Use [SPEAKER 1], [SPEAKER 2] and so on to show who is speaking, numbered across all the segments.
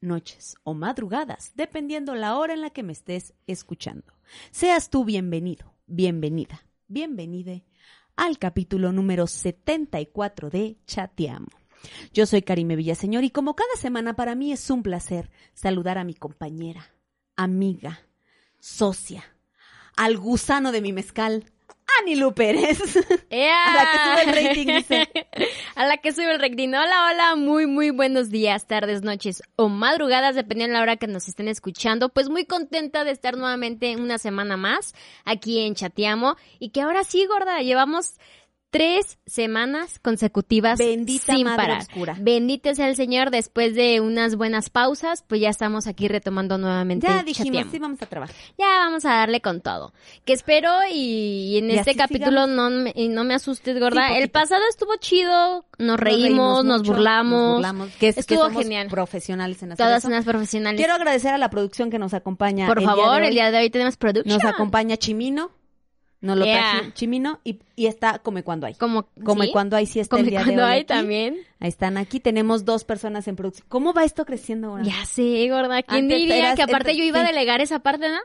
[SPEAKER 1] noches o madrugadas, dependiendo la hora en la que me estés escuchando. Seas tú bienvenido, bienvenida, bienvenide al capítulo número 74 de Chateamo. Yo soy Karime Villaseñor y como cada semana para mí es un placer saludar a mi compañera, amiga, socia, al gusano de mi mezcal, Anilu Pérez.
[SPEAKER 2] ¡Ea!
[SPEAKER 1] A la que sube el rating, dice.
[SPEAKER 2] A la que sube el rating. Hola, hola, muy, muy buenos días, tardes, noches o madrugadas, dependiendo de la hora que nos estén escuchando. Pues muy contenta de estar nuevamente una semana más aquí en Chateamo. Y que ahora sí, gorda, llevamos tres semanas consecutivas
[SPEAKER 1] Bendita
[SPEAKER 2] sin
[SPEAKER 1] madre
[SPEAKER 2] parar.
[SPEAKER 1] oscura.
[SPEAKER 2] Bendito sea el Señor, después de unas buenas pausas, pues ya estamos aquí retomando nuevamente
[SPEAKER 1] Ya dijimos,
[SPEAKER 2] Chateamo.
[SPEAKER 1] sí vamos a trabajar.
[SPEAKER 2] Ya vamos a darle con todo. Que espero y, y en
[SPEAKER 1] Y
[SPEAKER 2] este
[SPEAKER 1] así
[SPEAKER 2] capítulo no me, y no me asustes, gorda.
[SPEAKER 1] Sí,
[SPEAKER 2] el
[SPEAKER 1] poquito.
[SPEAKER 2] pasado estuvo chido, nos reímos, nos,
[SPEAKER 1] mucho,
[SPEAKER 2] burlamos,
[SPEAKER 1] nos burlamos, que es- que
[SPEAKER 2] Estuvo
[SPEAKER 1] somos
[SPEAKER 2] genial.
[SPEAKER 1] profesionales en hacer
[SPEAKER 2] Todas
[SPEAKER 1] eso.
[SPEAKER 2] unas profesionales.
[SPEAKER 1] Quiero agradecer a la producción que nos acompaña.
[SPEAKER 2] Por
[SPEAKER 1] el día de
[SPEAKER 2] favor,
[SPEAKER 1] hoy.
[SPEAKER 2] el día de hoy tenemos producción.
[SPEAKER 1] nos acompaña Chimino. Nos lo
[SPEAKER 2] Yeah.
[SPEAKER 1] traje Chimino y, y está Come Cuando Hay.
[SPEAKER 2] Como,
[SPEAKER 1] Come
[SPEAKER 2] ¿sí?
[SPEAKER 1] Cuando Hay sí está
[SPEAKER 2] Como
[SPEAKER 1] el día
[SPEAKER 2] cuando
[SPEAKER 1] de hoy
[SPEAKER 2] hay
[SPEAKER 1] aquí.
[SPEAKER 2] también.
[SPEAKER 1] Ahí están aquí, tenemos dos personas en producción. ¿Cómo va esto creciendo ahora?
[SPEAKER 2] Ya sé, gorda. ¿Quién
[SPEAKER 1] Antes
[SPEAKER 2] diría
[SPEAKER 1] eras-
[SPEAKER 2] que aparte
[SPEAKER 1] ent-
[SPEAKER 2] yo iba a
[SPEAKER 1] eh, sí.
[SPEAKER 2] delegar esa parte, no?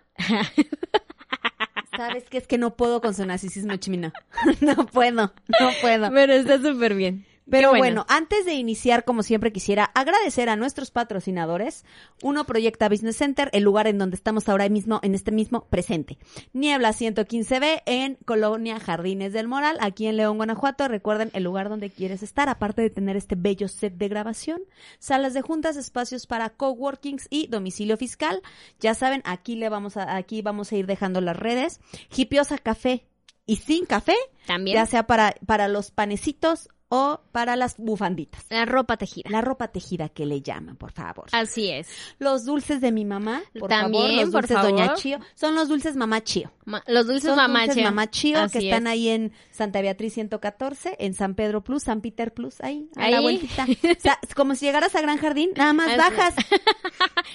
[SPEAKER 1] ¿Sabes qué? Es que no puedo con su narcisismo, Chimino. no puedo, no puedo.
[SPEAKER 2] Pero está súper bien.
[SPEAKER 1] Pero
[SPEAKER 2] Qué
[SPEAKER 1] bueno. antes de iniciar, como siempre, quisiera agradecer a nuestros patrocinadores. Uno, Proyecta Business Center, el lugar en donde estamos ahora mismo, en este mismo presente. Niebla 115B en Colonia Jardines del Moral, aquí en León, Guanajuato. Recuerden, el lugar donde quieres estar, aparte de tener este bello set de grabación, salas de juntas, espacios para coworkings y domicilio fiscal. Ya saben, aquí le vamos a, aquí vamos a ir dejando las redes. Hipiosa Café y sin café
[SPEAKER 2] También.
[SPEAKER 1] ya sea para, para los panecitos o para las bufanditas.
[SPEAKER 2] La ropa tejida.
[SPEAKER 1] La ropa tejida que le llaman, por favor.
[SPEAKER 2] Así es.
[SPEAKER 1] Los dulces de mi mamá, por favor.
[SPEAKER 2] Ah. También,
[SPEAKER 1] Los
[SPEAKER 2] por
[SPEAKER 1] dulces
[SPEAKER 2] favor.
[SPEAKER 1] Doña Chío. Son los dulces Mamá Chío.
[SPEAKER 2] Ma- los dulces
[SPEAKER 1] Son
[SPEAKER 2] mamá
[SPEAKER 1] dulces
[SPEAKER 2] Chía.
[SPEAKER 1] Mamá Chío
[SPEAKER 2] Así
[SPEAKER 1] que
[SPEAKER 2] es.
[SPEAKER 1] están ahí en Santa Beatriz 114, en San Pedro Plus, San Peter Plus, ahí, a la
[SPEAKER 2] Ahí.
[SPEAKER 1] vueltita. O sea, es como si llegaras a Gran Jardín, nada más
[SPEAKER 2] Así.
[SPEAKER 1] bajas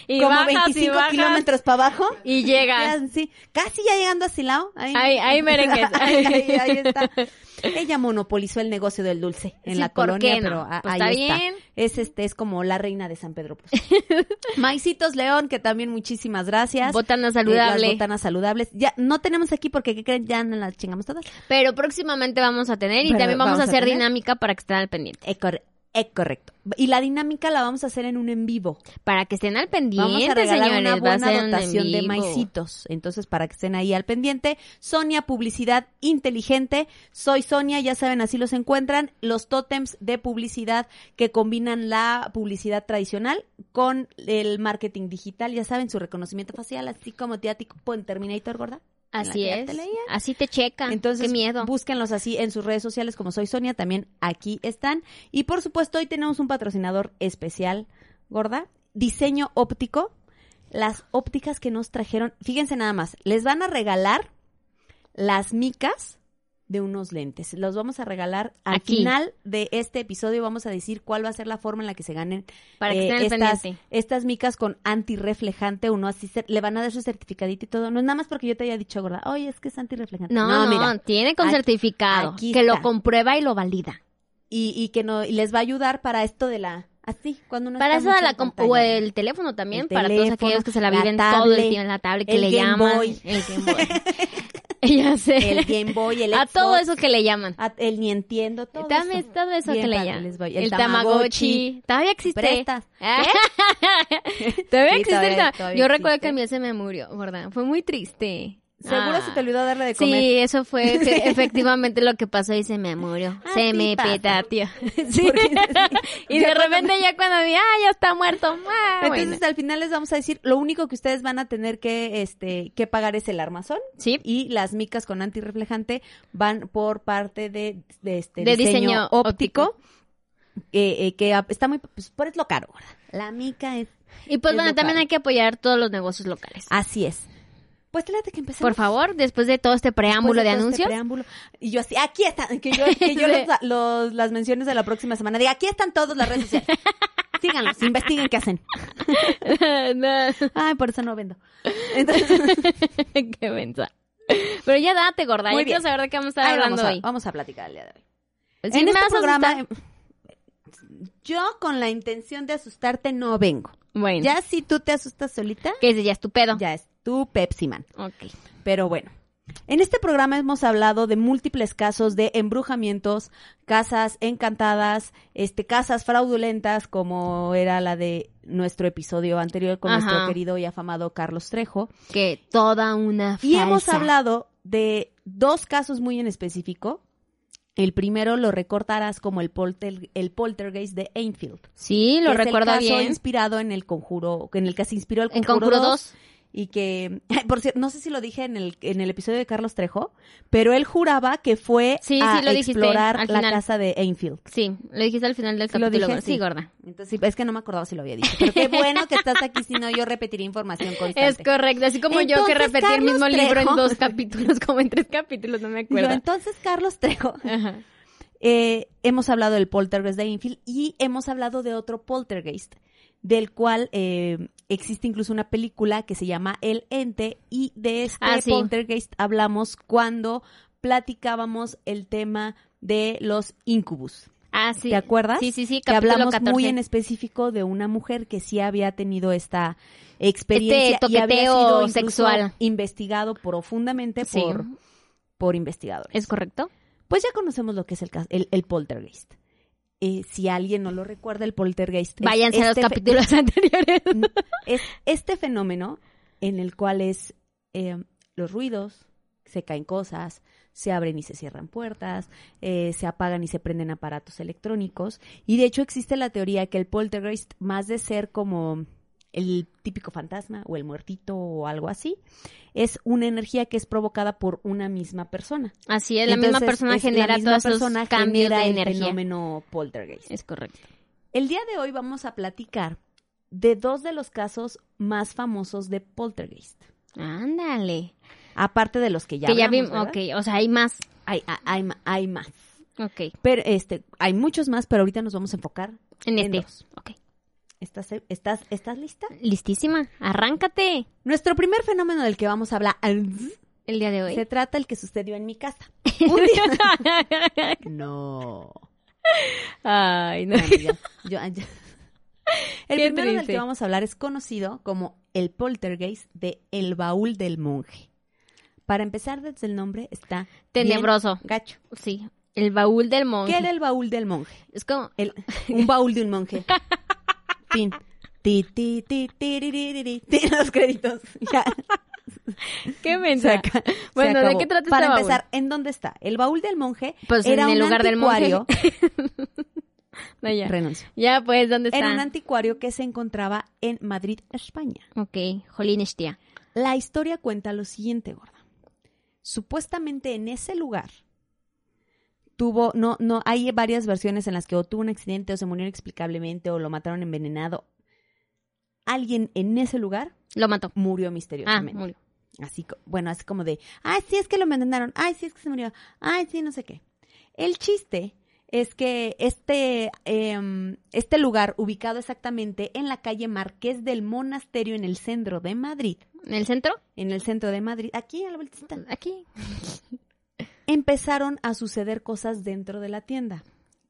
[SPEAKER 2] Y
[SPEAKER 1] como
[SPEAKER 2] bajas, y
[SPEAKER 1] 25
[SPEAKER 2] bajas.
[SPEAKER 1] kilómetros para abajo.
[SPEAKER 2] Y llega.
[SPEAKER 1] Ya, sí, casi ya llegando a Silao. Ahí,
[SPEAKER 2] Ahí- ahí merengues.
[SPEAKER 1] Ahí- ahí- ahí está. Ella monopolizó el negocio del dulce en
[SPEAKER 2] Sí,
[SPEAKER 1] la
[SPEAKER 2] ¿por
[SPEAKER 1] colonia,
[SPEAKER 2] qué no?
[SPEAKER 1] pero a-
[SPEAKER 2] Pues
[SPEAKER 1] ahí
[SPEAKER 2] está
[SPEAKER 1] está.
[SPEAKER 2] bien.
[SPEAKER 1] Es este, es como la reina de San Pedro Plus. Maicitos León, que también muchísimas gracias.
[SPEAKER 2] Botana
[SPEAKER 1] Eh,
[SPEAKER 2] saludable.
[SPEAKER 1] Las botanas saludables. Ya no tenemos aquí porque ¿qué creen? Ya nos las chingamos todas.
[SPEAKER 2] Pero próximamente vamos a tener y
[SPEAKER 1] Pero
[SPEAKER 2] también vamos,
[SPEAKER 1] vamos
[SPEAKER 2] a
[SPEAKER 1] a
[SPEAKER 2] hacer
[SPEAKER 1] tener.
[SPEAKER 2] dinámica para que estén al pendiente.
[SPEAKER 1] Es corre- es correcto. Y la dinámica la vamos a hacer en un en vivo.
[SPEAKER 2] Para que estén al pendiente,
[SPEAKER 1] Vamos a regalar
[SPEAKER 2] señores.
[SPEAKER 1] una
[SPEAKER 2] va a
[SPEAKER 1] buena
[SPEAKER 2] ser un
[SPEAKER 1] dotación
[SPEAKER 2] en
[SPEAKER 1] de
[SPEAKER 2] vivo.
[SPEAKER 1] maicitos. Entonces, para que estén ahí al pendiente. Sonia Publicidad Inteligente. Soy Sonia, ya saben, así los encuentran. Los tótems de publicidad que combinan la publicidad tradicional con el marketing digital. Ya saben, su reconocimiento facial, así como teático en Terminator, gorda. en la
[SPEAKER 2] Así
[SPEAKER 1] que ya
[SPEAKER 2] es.
[SPEAKER 1] te leía.
[SPEAKER 2] Así te checan.
[SPEAKER 1] Entonces,
[SPEAKER 2] Qué miedo.
[SPEAKER 1] búsquenlos así en sus redes sociales como Soy Sonia, también aquí están. Y por supuesto, hoy tenemos un patrocinador especial, gorda, diseño óptico. Las ópticas que nos trajeron, fíjense nada más, les van a regalar las micas de unos lentes. Los vamos a regalar al
[SPEAKER 2] Aquí.
[SPEAKER 1] final de este episodio. Vamos a decir cuál va a ser la forma en la que se ganen
[SPEAKER 2] Para
[SPEAKER 1] eh,
[SPEAKER 2] que estén al
[SPEAKER 1] estas,
[SPEAKER 2] pendiente.
[SPEAKER 1] estas micas con antirreflejante, uno así se- le van a dar su certificadito y todo. No es nada más porque yo te haya dicho, gorda, oye, es que es antirreflejante.
[SPEAKER 2] No, no,
[SPEAKER 1] mira,
[SPEAKER 2] tiene con
[SPEAKER 1] Aquí-
[SPEAKER 2] certificado.
[SPEAKER 1] aquí
[SPEAKER 2] que lo
[SPEAKER 1] está.
[SPEAKER 2] comprueba y lo valida.
[SPEAKER 1] y, y que no y les va a ayudar para esto de la así cuando uno está
[SPEAKER 2] Para eso de
[SPEAKER 1] mucho
[SPEAKER 2] la
[SPEAKER 1] en
[SPEAKER 2] com-
[SPEAKER 1] pantalla.
[SPEAKER 2] o el teléfono también,
[SPEAKER 1] El
[SPEAKER 2] para todos
[SPEAKER 1] teléfono,
[SPEAKER 2] aquellos que se la
[SPEAKER 1] la
[SPEAKER 2] viven todo el
[SPEAKER 1] tablet,
[SPEAKER 2] día en la tablet, que
[SPEAKER 1] el
[SPEAKER 2] le
[SPEAKER 1] Game
[SPEAKER 2] llaman
[SPEAKER 1] Boy.
[SPEAKER 2] el Game Boy. ya sé.
[SPEAKER 1] el Game Boy el
[SPEAKER 2] a
[SPEAKER 1] Xbox,
[SPEAKER 2] todo eso que le llaman.
[SPEAKER 1] a- el ni entiendo todo
[SPEAKER 2] Dame
[SPEAKER 1] eso.
[SPEAKER 2] todo eso
[SPEAKER 1] Bien
[SPEAKER 2] que le
[SPEAKER 1] padre,
[SPEAKER 2] llaman.
[SPEAKER 1] les voy.
[SPEAKER 2] El,
[SPEAKER 1] El
[SPEAKER 2] tamagotchi.
[SPEAKER 1] Tamagotchi.
[SPEAKER 2] Todavía existe.
[SPEAKER 1] Prestas.
[SPEAKER 2] Ah. todavía
[SPEAKER 1] Sí,
[SPEAKER 2] existe. el
[SPEAKER 1] todavía-
[SPEAKER 2] tam-
[SPEAKER 1] todavía
[SPEAKER 2] Yo recuerdo
[SPEAKER 1] existe.
[SPEAKER 2] que el mío se me murió, ¿verdad? Fue muy triste.
[SPEAKER 1] seguro
[SPEAKER 2] Ah.
[SPEAKER 1] se te olvidó darle de comer
[SPEAKER 2] Sí, eso fue efe- efectivamente lo que pasó y se me murió.
[SPEAKER 1] Ah,
[SPEAKER 2] se
[SPEAKER 1] sí,
[SPEAKER 2] me
[SPEAKER 1] pasa.
[SPEAKER 2] peta, tío.
[SPEAKER 1] Porque-
[SPEAKER 2] y de repente ya cuando vi, ah, ya está muerto. Ah, bueno.
[SPEAKER 1] entonces al final les vamos a decir lo único que ustedes van a tener que este que pagar es el armazón
[SPEAKER 2] Sí.
[SPEAKER 1] y las micas con antirreflejante van por parte de, de este
[SPEAKER 2] De diseño óptico.
[SPEAKER 1] que, eh, que ah, está muy pues, por es lo caro la mica es
[SPEAKER 2] Y pues
[SPEAKER 1] Es
[SPEAKER 2] bueno,
[SPEAKER 1] lo
[SPEAKER 2] también
[SPEAKER 1] caro.
[SPEAKER 2] hay que apoyar todos los negocios locales.
[SPEAKER 1] Así es. Pues fíjate que empecemos.
[SPEAKER 2] Por favor, después de todo este
[SPEAKER 1] Después
[SPEAKER 2] preámbulo de,
[SPEAKER 1] todo este
[SPEAKER 2] anuncios.
[SPEAKER 1] preámbulo. Y yo así, aquí están, que yo, que yo
[SPEAKER 2] Sí.
[SPEAKER 1] los- los- las menciones de la próxima semana diga, aquí están todas las redes sociales. Síganlos, investiguen qué hacen.
[SPEAKER 2] No,
[SPEAKER 1] Ay, por eso no vendo. Entonces,
[SPEAKER 2] qué mensa. Pero ya date, gorda.
[SPEAKER 1] Muy
[SPEAKER 2] ya quiero
[SPEAKER 1] bien.
[SPEAKER 2] saber de qué vamos a estar
[SPEAKER 1] ahí
[SPEAKER 2] hablando
[SPEAKER 1] vamos, a,
[SPEAKER 2] hoy.
[SPEAKER 1] vamos a platicar el día de hoy.
[SPEAKER 2] Sin
[SPEAKER 1] en este
[SPEAKER 2] más
[SPEAKER 1] programa,
[SPEAKER 2] asustar-
[SPEAKER 1] eh, yo con la intención de asustarte no vengo.
[SPEAKER 2] Bueno,
[SPEAKER 1] Ya si tú te asustas solita,
[SPEAKER 2] que dice ya estupendo.
[SPEAKER 1] ya es tu Pepsi Man.
[SPEAKER 2] Ok.
[SPEAKER 1] Pero bueno, en este programa hemos hablado de múltiples casos de embrujamientos, casas encantadas, este, casas fraudulentas, como era la de nuestro episodio anterior con nuestro
[SPEAKER 2] Ajá.
[SPEAKER 1] querido y afamado Carlos Trejo.
[SPEAKER 2] Que toda una falsa.
[SPEAKER 1] Y hemos hablado de dos casos muy en específico. El primero lo recortarás como el, polter- el poltergeist de Enfield.
[SPEAKER 2] Sí, lo
[SPEAKER 1] que es
[SPEAKER 2] recuerdo
[SPEAKER 1] el caso
[SPEAKER 2] bien.
[SPEAKER 1] inspirado en el conjuro, en el que se inspiró el
[SPEAKER 2] En
[SPEAKER 1] conjuro,
[SPEAKER 2] Conjuro
[SPEAKER 1] 2
[SPEAKER 2] 2.
[SPEAKER 1] y que, por cierto, no sé si lo dije en el, en el episodio de Carlos Trejo, pero él juraba que fue
[SPEAKER 2] Sí,
[SPEAKER 1] a
[SPEAKER 2] sí lo dijiste,
[SPEAKER 1] explorar
[SPEAKER 2] al
[SPEAKER 1] la
[SPEAKER 2] final.
[SPEAKER 1] casa de Enfield.
[SPEAKER 2] Sí, lo dijiste al final del
[SPEAKER 1] Sí, lo dije,
[SPEAKER 2] capítulo. gorda. sí,
[SPEAKER 1] sí.
[SPEAKER 2] gorda.
[SPEAKER 1] Entonces, sí, es que no me acordaba si lo había dicho. Pero qué bueno que estás aquí, si no yo repetiré información constante.
[SPEAKER 2] Es correcto, así como yo que
[SPEAKER 1] Entonces,
[SPEAKER 2] repetí el mismo
[SPEAKER 1] Carlos
[SPEAKER 2] libro en
[SPEAKER 1] Trejo.
[SPEAKER 2] dos capítulos, como en tres capítulos, no me
[SPEAKER 1] Y yo,
[SPEAKER 2] acuerdo.
[SPEAKER 1] entonces, Carlos Trejo,
[SPEAKER 2] Ajá.
[SPEAKER 1] eh, hemos hablado del poltergeist de Enfield y hemos hablado de otro poltergeist, del cual eh, existe incluso una película que se llama El Ente y de este
[SPEAKER 2] Ah, sí.
[SPEAKER 1] poltergeist hablamos cuando platicábamos el tema de los incubus.
[SPEAKER 2] Ah, sí.
[SPEAKER 1] ¿Te acuerdas?
[SPEAKER 2] Sí, sí, sí,
[SPEAKER 1] Que
[SPEAKER 2] capítulo
[SPEAKER 1] hablamos
[SPEAKER 2] 14.
[SPEAKER 1] muy en específico de una mujer que sí había tenido esta experiencia
[SPEAKER 2] Este
[SPEAKER 1] y había
[SPEAKER 2] toqueteo
[SPEAKER 1] sido incluso
[SPEAKER 2] sexual.
[SPEAKER 1] investigado profundamente
[SPEAKER 2] Sí.
[SPEAKER 1] este por, por investigadores.
[SPEAKER 2] ¿Es correcto?
[SPEAKER 1] Pues ya conocemos lo que es el, cas- el, el poltergeist. Eh, si alguien no lo recuerda, el poltergeist es
[SPEAKER 2] Váyanse a los
[SPEAKER 1] este fe-
[SPEAKER 2] capítulos anteriores.
[SPEAKER 1] es este fenómeno en el cual es eh, los ruidos, se caen cosas, se abren y se cierran puertas, eh, se apagan y se prenden aparatos electrónicos. Y de hecho existe la teoría que el poltergeist, más de ser como el típico fantasma o el muertito o algo así, es una energía que es provocada por una misma persona.
[SPEAKER 2] Así es, la misma
[SPEAKER 1] Entonces,
[SPEAKER 2] persona
[SPEAKER 1] es- la
[SPEAKER 2] genera
[SPEAKER 1] misma
[SPEAKER 2] todos esos
[SPEAKER 1] persona
[SPEAKER 2] cambios
[SPEAKER 1] genera
[SPEAKER 2] de
[SPEAKER 1] el
[SPEAKER 2] energía.
[SPEAKER 1] fenómeno poltergeist.
[SPEAKER 2] Es correcto.
[SPEAKER 1] El día de hoy vamos a platicar de dos de los casos más famosos de poltergeist.
[SPEAKER 2] Ándale.
[SPEAKER 1] Aparte de los que ya
[SPEAKER 2] que ya
[SPEAKER 1] hablamos,
[SPEAKER 2] vimos,
[SPEAKER 1] ¿verdad?
[SPEAKER 2] ok, o sea, hay más.
[SPEAKER 1] Hay, hay- hay ma- hay más.
[SPEAKER 2] Ok,
[SPEAKER 1] Pero este, hay muchos más, pero ahorita nos vamos a enfocar.
[SPEAKER 2] en
[SPEAKER 1] En
[SPEAKER 2] este.
[SPEAKER 1] dos.
[SPEAKER 2] Ok.
[SPEAKER 1] ¿Estás, estás, ¿Estás lista?
[SPEAKER 2] Listísima, arráncate
[SPEAKER 1] Nuestro primer fenómeno del que vamos a hablar
[SPEAKER 2] el día de hoy.
[SPEAKER 1] se trata el que sucedió en mi casa. Un día- No.
[SPEAKER 2] Ay, no.
[SPEAKER 1] No, amiga, yo- yo- El
[SPEAKER 2] Qué
[SPEAKER 1] primero del
[SPEAKER 2] triste.
[SPEAKER 1] que vamos a hablar es conocido como el poltergeist de El baúl del monje. Para empezar, desde el nombre está bien
[SPEAKER 2] Tenebroso.
[SPEAKER 1] gacho.
[SPEAKER 2] Sí, el baúl del monje.
[SPEAKER 1] ¿Qué era el baúl del monje?
[SPEAKER 2] Es como,
[SPEAKER 1] El- un baúl de un monje. Fin. Ti, ti, ti, tiririri, ti, los créditos. Ya,
[SPEAKER 2] qué
[SPEAKER 1] se
[SPEAKER 2] mensa.
[SPEAKER 1] aca- se
[SPEAKER 2] Bueno, ¿de
[SPEAKER 1] acabó.
[SPEAKER 2] qué trata
[SPEAKER 1] Para
[SPEAKER 2] este baúl?
[SPEAKER 1] empezar, ¿en dónde está? El baúl del monje
[SPEAKER 2] Pues
[SPEAKER 1] era
[SPEAKER 2] en el
[SPEAKER 1] un
[SPEAKER 2] lugar del monje.
[SPEAKER 1] anticuario.
[SPEAKER 2] No, ya.
[SPEAKER 1] Renuncio.
[SPEAKER 2] Ya, pues, ¿dónde está?
[SPEAKER 1] Era un anticuario que se encontraba en Madrid, España.
[SPEAKER 2] Ok, jolín, tía.
[SPEAKER 1] La historia cuenta lo siguiente, gorda. Supuestamente en ese lugar tuvo, no, no, hay varias versiones en las que o tuvo un accidente o se murió inexplicablemente o lo mataron envenenado. Alguien en ese lugar
[SPEAKER 2] Lo mató.
[SPEAKER 1] murió
[SPEAKER 2] Ah,
[SPEAKER 1] misteriosamente.
[SPEAKER 2] murió.
[SPEAKER 1] Así, co- bueno, así como de, ay, sí es que lo envenenaron, ay, sí es que se murió, ay, sí, no sé qué. El chiste es que este, em, este lugar, ubicado exactamente en la calle Marqués del Monasterio en el centro de Madrid,
[SPEAKER 2] ¿En el centro?
[SPEAKER 1] en el centro de Madrid, aquí a la vueltita,
[SPEAKER 2] Aquí.
[SPEAKER 1] empezaron a suceder cosas dentro de la tienda.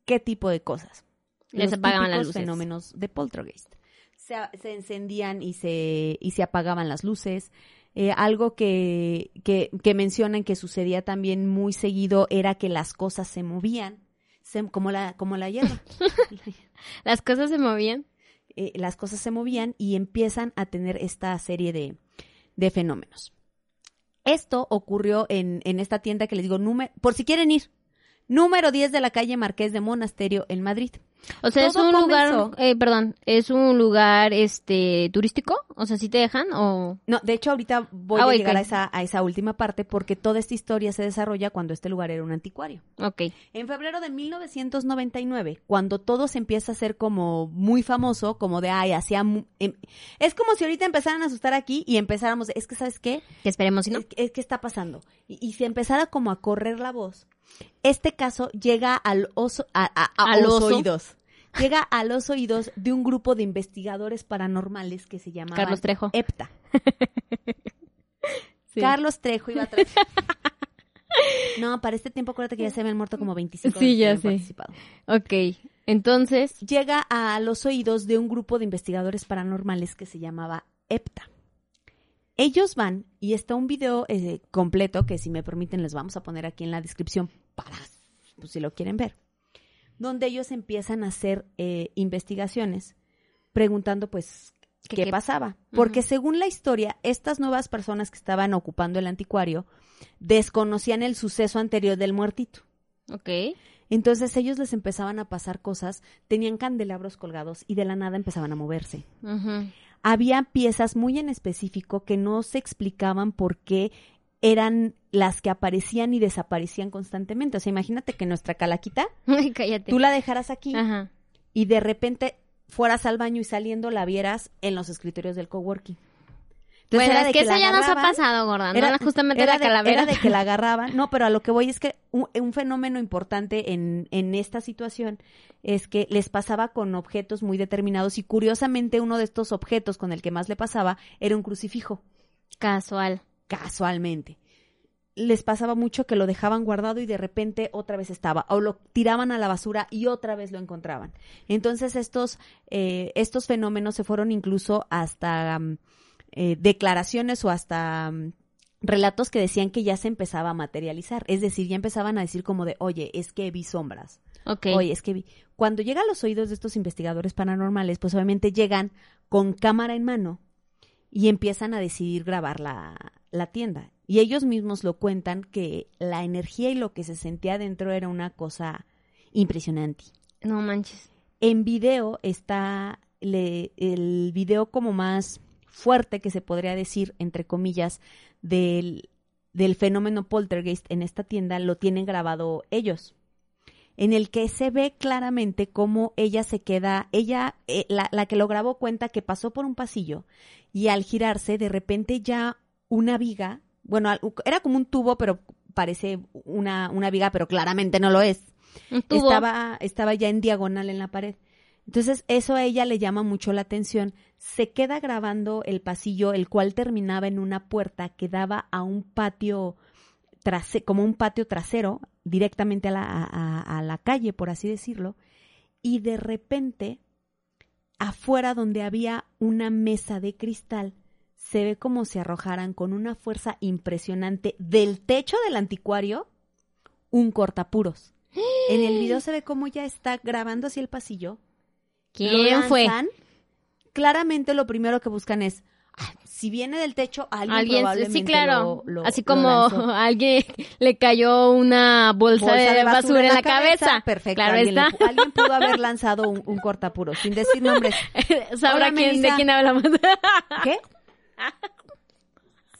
[SPEAKER 1] ¿Qué tipo de cosas?
[SPEAKER 2] Les
[SPEAKER 1] Los
[SPEAKER 2] apagaban las
[SPEAKER 1] típicos
[SPEAKER 2] luces.
[SPEAKER 1] fenómenos de poltergeist. Se, a- se encendían y se, y se apagaban las luces. Eh, algo que, que, que mencionan que sucedía también muy seguido era que las cosas se movían, se- como, la, como la hierba.
[SPEAKER 2] Las cosas se movían.
[SPEAKER 1] eh, las cosas se movían y empiezan a tener esta serie de, de fenómenos. Esto ocurrió en, en esta tienda que les digo, número, por si quieren ir, número 10 de la calle Marqués de Monasterio en Madrid.
[SPEAKER 2] O sea, es
[SPEAKER 1] Todo
[SPEAKER 2] un lugar,
[SPEAKER 1] comenzó-
[SPEAKER 2] eh, perdón, es un lugar este turístico, o sea, si te dejan o
[SPEAKER 1] No, de hecho ahorita voy
[SPEAKER 2] Ah,
[SPEAKER 1] a
[SPEAKER 2] ok.
[SPEAKER 1] llegar a esa, a esa última parte porque toda esta historia se desarrolla cuando este lugar era un anticuario.
[SPEAKER 2] ok.
[SPEAKER 1] En febrero de 1999, cuando todo se empieza a hacer como muy famoso, como de, ay, hacía... mu- em- Es como si ahorita empezaran a asustar aquí y empezáramos, de, es que, ¿sabes qué?
[SPEAKER 2] Que esperemos si no.
[SPEAKER 1] Es, que- es que está pasando. Y, y si empezara como a correr la voz, este caso llega al oso, a, a- a
[SPEAKER 2] Al
[SPEAKER 1] los
[SPEAKER 2] oso.
[SPEAKER 1] oídos. Llega a los oídos de un grupo de investigadores paranormales que se llamaban
[SPEAKER 2] Carlos Trejo.
[SPEAKER 1] EPTA.
[SPEAKER 2] Sí.
[SPEAKER 1] Carlos Trejo iba atrás. No, para este tiempo acuérdate que ya se habían muerto como 25
[SPEAKER 2] Sí,
[SPEAKER 1] de los que
[SPEAKER 2] ya
[SPEAKER 1] habían
[SPEAKER 2] sé.
[SPEAKER 1] participado.
[SPEAKER 2] Ok. Entonces,
[SPEAKER 1] Llega a los oídos de un grupo de investigadores paranormales que se llamaba EPTA. Ellos van y está un video eh, completo que si me permiten les vamos a poner aquí en la descripción para pues, si lo quieren ver, donde ellos empiezan a hacer eh, investigaciones preguntando pues
[SPEAKER 2] ¿Qué-
[SPEAKER 1] qué,
[SPEAKER 2] qué?
[SPEAKER 1] pasaba. Porque
[SPEAKER 2] Ujú.
[SPEAKER 1] según la historia, estas nuevas personas que estaban ocupando el anticuario desconocían el suceso anterior del muertito.
[SPEAKER 2] ok.
[SPEAKER 1] Entonces ellos les empezaban a pasar cosas, tenían candelabros colgados y de la nada empezaban a moverse.
[SPEAKER 2] Ujú.
[SPEAKER 1] Había piezas muy en específico que no se explicaban por qué eran las que aparecían y desaparecían constantemente. O sea, imagínate que nuestra calaquita,
[SPEAKER 2] Ay, cállate.
[SPEAKER 1] tú la dejaras aquí
[SPEAKER 2] Ajá.
[SPEAKER 1] y de repente fueras al baño y saliendo la vieras en los escritorios del coworking. Entonces, era
[SPEAKER 2] bueno, es
[SPEAKER 1] de
[SPEAKER 2] que, eso
[SPEAKER 1] la
[SPEAKER 2] ya nos ha
[SPEAKER 1] agarraban,
[SPEAKER 2] pasado, gorda. ¿no? Era, justamente
[SPEAKER 1] era
[SPEAKER 2] la
[SPEAKER 1] de-
[SPEAKER 2] calavera.
[SPEAKER 1] era de que la agarraban. No, pero a lo que voy es que un, un fenómeno importante en, en esta situación es que les pasaba con objetos muy determinados y curiosamente uno de estos objetos con el que más le pasaba era un crucifijo,
[SPEAKER 2] Casual.
[SPEAKER 1] casualmente. Les pasaba mucho que lo dejaban guardado y de repente otra vez estaba, o lo tiraban a la basura y otra vez lo encontraban. Entonces estos, eh, estos fenómenos se fueron incluso hasta mm, eh, declaraciones o hasta mm, relatos que decían que ya se empezaba a materializar. Es decir, ya empezaban a decir como de, oye, es que vi sombras.
[SPEAKER 2] Ok.
[SPEAKER 1] Oye, es que vi. Cuando llega a los oídos de estos investigadores paranormales, pues obviamente llegan con cámara en mano y empiezan a decidir grabar la, la tienda. Y ellos mismos lo cuentan que la energía y lo que se sentía adentro era una cosa impresionante
[SPEAKER 2] No manches.
[SPEAKER 1] en video está le- el video como más fuerte que se podría decir, entre comillas, del, del fenómeno poltergeist en esta tienda, lo tienen grabado ellos, en el que se ve claramente cómo ella se queda, ella, eh, la, la que lo grabó cuenta que pasó por un pasillo y al girarse, de repente ya una viga, bueno, al- era como un tubo, pero parece una, una viga, pero claramente no lo es
[SPEAKER 2] Un tubo.
[SPEAKER 1] estaba, estaba ya en diagonal en la pared. Entonces, eso a ella le llama mucho la atención. Se queda grabando el pasillo, el cual terminaba en una puerta que daba a un patio, trase- como un patio trasero, directamente a la, a- a- a la calle, por así decirlo. Y de repente, afuera donde había una mesa de cristal, se ve como se arrojaran con una fuerza impresionante del techo del anticuario un cortapuros. En el video se ve cómo ya está grabando así el pasillo.
[SPEAKER 2] ¿Quién
[SPEAKER 1] Lo lanzan.
[SPEAKER 2] fue?
[SPEAKER 1] Claramente lo primero que buscan es, ah, si viene del techo, alguien,
[SPEAKER 2] Alguien,
[SPEAKER 1] probablemente
[SPEAKER 2] sí, claro.
[SPEAKER 1] lo- lo-
[SPEAKER 2] Así
[SPEAKER 1] lo
[SPEAKER 2] como
[SPEAKER 1] lanzó.
[SPEAKER 2] a alguien le cayó una bolsa, de, basura, en la cabeza.
[SPEAKER 1] Perfecto.
[SPEAKER 2] Claro
[SPEAKER 1] alguien, le
[SPEAKER 2] está.
[SPEAKER 1] pu- alguien pudo haber lanzado un, un cortapuros, sin decir nombres.
[SPEAKER 2] Sabrá
[SPEAKER 1] Hola,
[SPEAKER 2] quién, de
[SPEAKER 1] Melissa.
[SPEAKER 2] quién hablamos.
[SPEAKER 1] ¿Qué?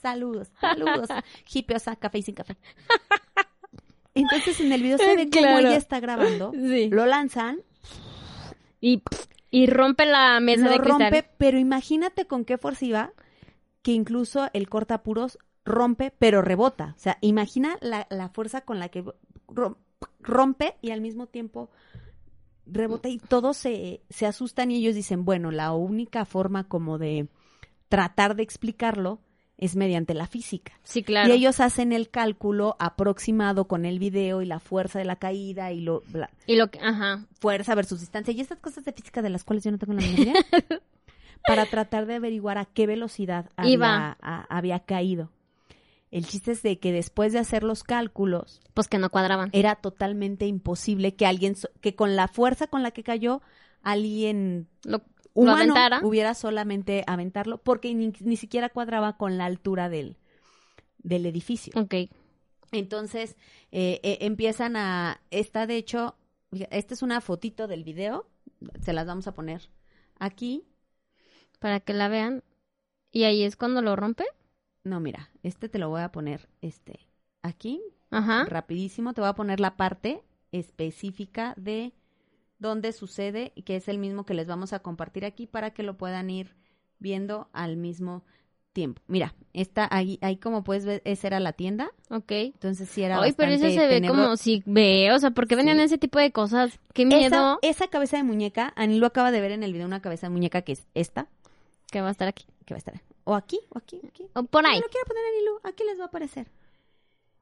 [SPEAKER 1] Saludos, saludos. Hipios a café y sin café. Entonces en el video se ve cómo
[SPEAKER 2] Eh, Claro.
[SPEAKER 1] ella está grabando.
[SPEAKER 2] Sí.
[SPEAKER 1] Lo lanzan,
[SPEAKER 2] y, y rompe la mesa
[SPEAKER 1] lo
[SPEAKER 2] de cristal.
[SPEAKER 1] rompe, pero imagínate con qué fuerza iba que incluso el cortapuros rompe, pero rebota. O sea, imagina la, la fuerza con la que rom- rompe y al mismo tiempo rebota y todos se, se asustan y ellos dicen, bueno, la única forma como de tratar de explicarlo es mediante la física.
[SPEAKER 2] Sí, claro.
[SPEAKER 1] Y ellos hacen el cálculo aproximado con el video y la fuerza de la caída y lo, bla-
[SPEAKER 2] Y lo que, ajá.
[SPEAKER 1] fuerza versus distancia y estas cosas de física de las cuales yo no tengo la menor idea, para tratar de averiguar a qué velocidad
[SPEAKER 2] Iba.
[SPEAKER 1] había, a- había caído. El chiste es de que después de hacer los cálculos
[SPEAKER 2] Pues que no cuadraban.
[SPEAKER 1] era totalmente imposible que alguien so- que con la fuerza con la que cayó alguien
[SPEAKER 2] Lo- Lo
[SPEAKER 1] humano
[SPEAKER 2] aventara.
[SPEAKER 1] hubiera solamente aventarlo porque ni, ni siquiera cuadraba con la altura del del edificio.
[SPEAKER 2] ok.
[SPEAKER 1] Entonces eh, eh, empiezan a. Está de hecho Mira, Esta es una fotito del video. Se las vamos a poner aquí.
[SPEAKER 2] para que la vean. Y ahí es cuando lo rompe.
[SPEAKER 1] No, mira, este te lo voy a poner este aquí.
[SPEAKER 2] Ajá.
[SPEAKER 1] Rapidísimo, te voy a poner la parte específica de dónde sucede, que es el mismo que les vamos a compartir aquí para que lo puedan ir viendo al mismo tiempo. Mira, está ahí, ahí como puedes ver, esa era la tienda.
[SPEAKER 2] Ok.
[SPEAKER 1] Entonces sí era
[SPEAKER 2] Ay, pero eso
[SPEAKER 1] bastante
[SPEAKER 2] se ve
[SPEAKER 1] tenebro-
[SPEAKER 2] como si ve, o sea, porque venían ese tipo de cosas. Qué
[SPEAKER 1] Esa,
[SPEAKER 2] miedo
[SPEAKER 1] esa cabeza de muñeca, Ani lo acaba de ver en el video, una cabeza de muñeca que es esta,
[SPEAKER 2] que va a estar aquí.
[SPEAKER 1] que va a estar o aquí, o aquí, o aquí.
[SPEAKER 2] O por
[SPEAKER 1] Yo
[SPEAKER 2] ahí.
[SPEAKER 1] lo quiero poner en hilo, aquí les va a aparecer.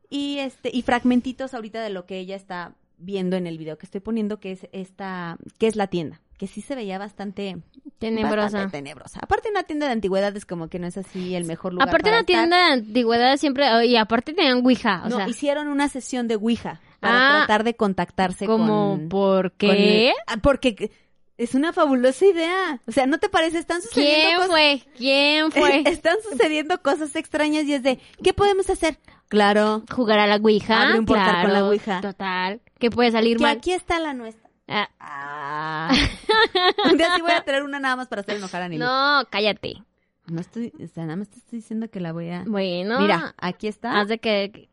[SPEAKER 1] Y este, y fragmentitos ahorita de lo que ella está viendo en el video que estoy poniendo, que es esta, que es la tienda, que sí se veía bastante
[SPEAKER 2] Tenebrosa.
[SPEAKER 1] bastante tenebrosa. Aparte una tienda de antigüedades como que no es así el mejor lugar.
[SPEAKER 2] Aparte
[SPEAKER 1] para
[SPEAKER 2] una tienda
[SPEAKER 1] estar.
[SPEAKER 2] de antigüedades siempre, oh, y aparte tenían Ouija, o
[SPEAKER 1] No,
[SPEAKER 2] sea,
[SPEAKER 1] hicieron una sesión de Ouija para
[SPEAKER 2] Ah,
[SPEAKER 1] tratar de contactarse
[SPEAKER 2] como
[SPEAKER 1] con
[SPEAKER 2] ¿por
[SPEAKER 1] con
[SPEAKER 2] qué?
[SPEAKER 1] el- Ah, porque es una fabulosa idea. O sea, ¿no te parece? Están sucediendo
[SPEAKER 2] ¿Quién
[SPEAKER 1] cosas.
[SPEAKER 2] fue? ¿Quién fue?
[SPEAKER 1] Están sucediendo cosas extrañas y es de, ¿qué podemos hacer? Claro,
[SPEAKER 2] Jugar a la Ouija.
[SPEAKER 1] Abre un portal con la
[SPEAKER 2] claro,
[SPEAKER 1] ouija.
[SPEAKER 2] Total. Que puede salir
[SPEAKER 1] que
[SPEAKER 2] mal.
[SPEAKER 1] aquí está la nuestra.
[SPEAKER 2] Ah,
[SPEAKER 1] Ah. Un día sí voy a traer una nada más para hacer enojar a Nilo.
[SPEAKER 2] no, cállate.
[SPEAKER 1] No estoy, o sea, nada más te estoy diciendo que la voy a...
[SPEAKER 2] Bueno.
[SPEAKER 1] Mira, aquí está.
[SPEAKER 2] Haz de que...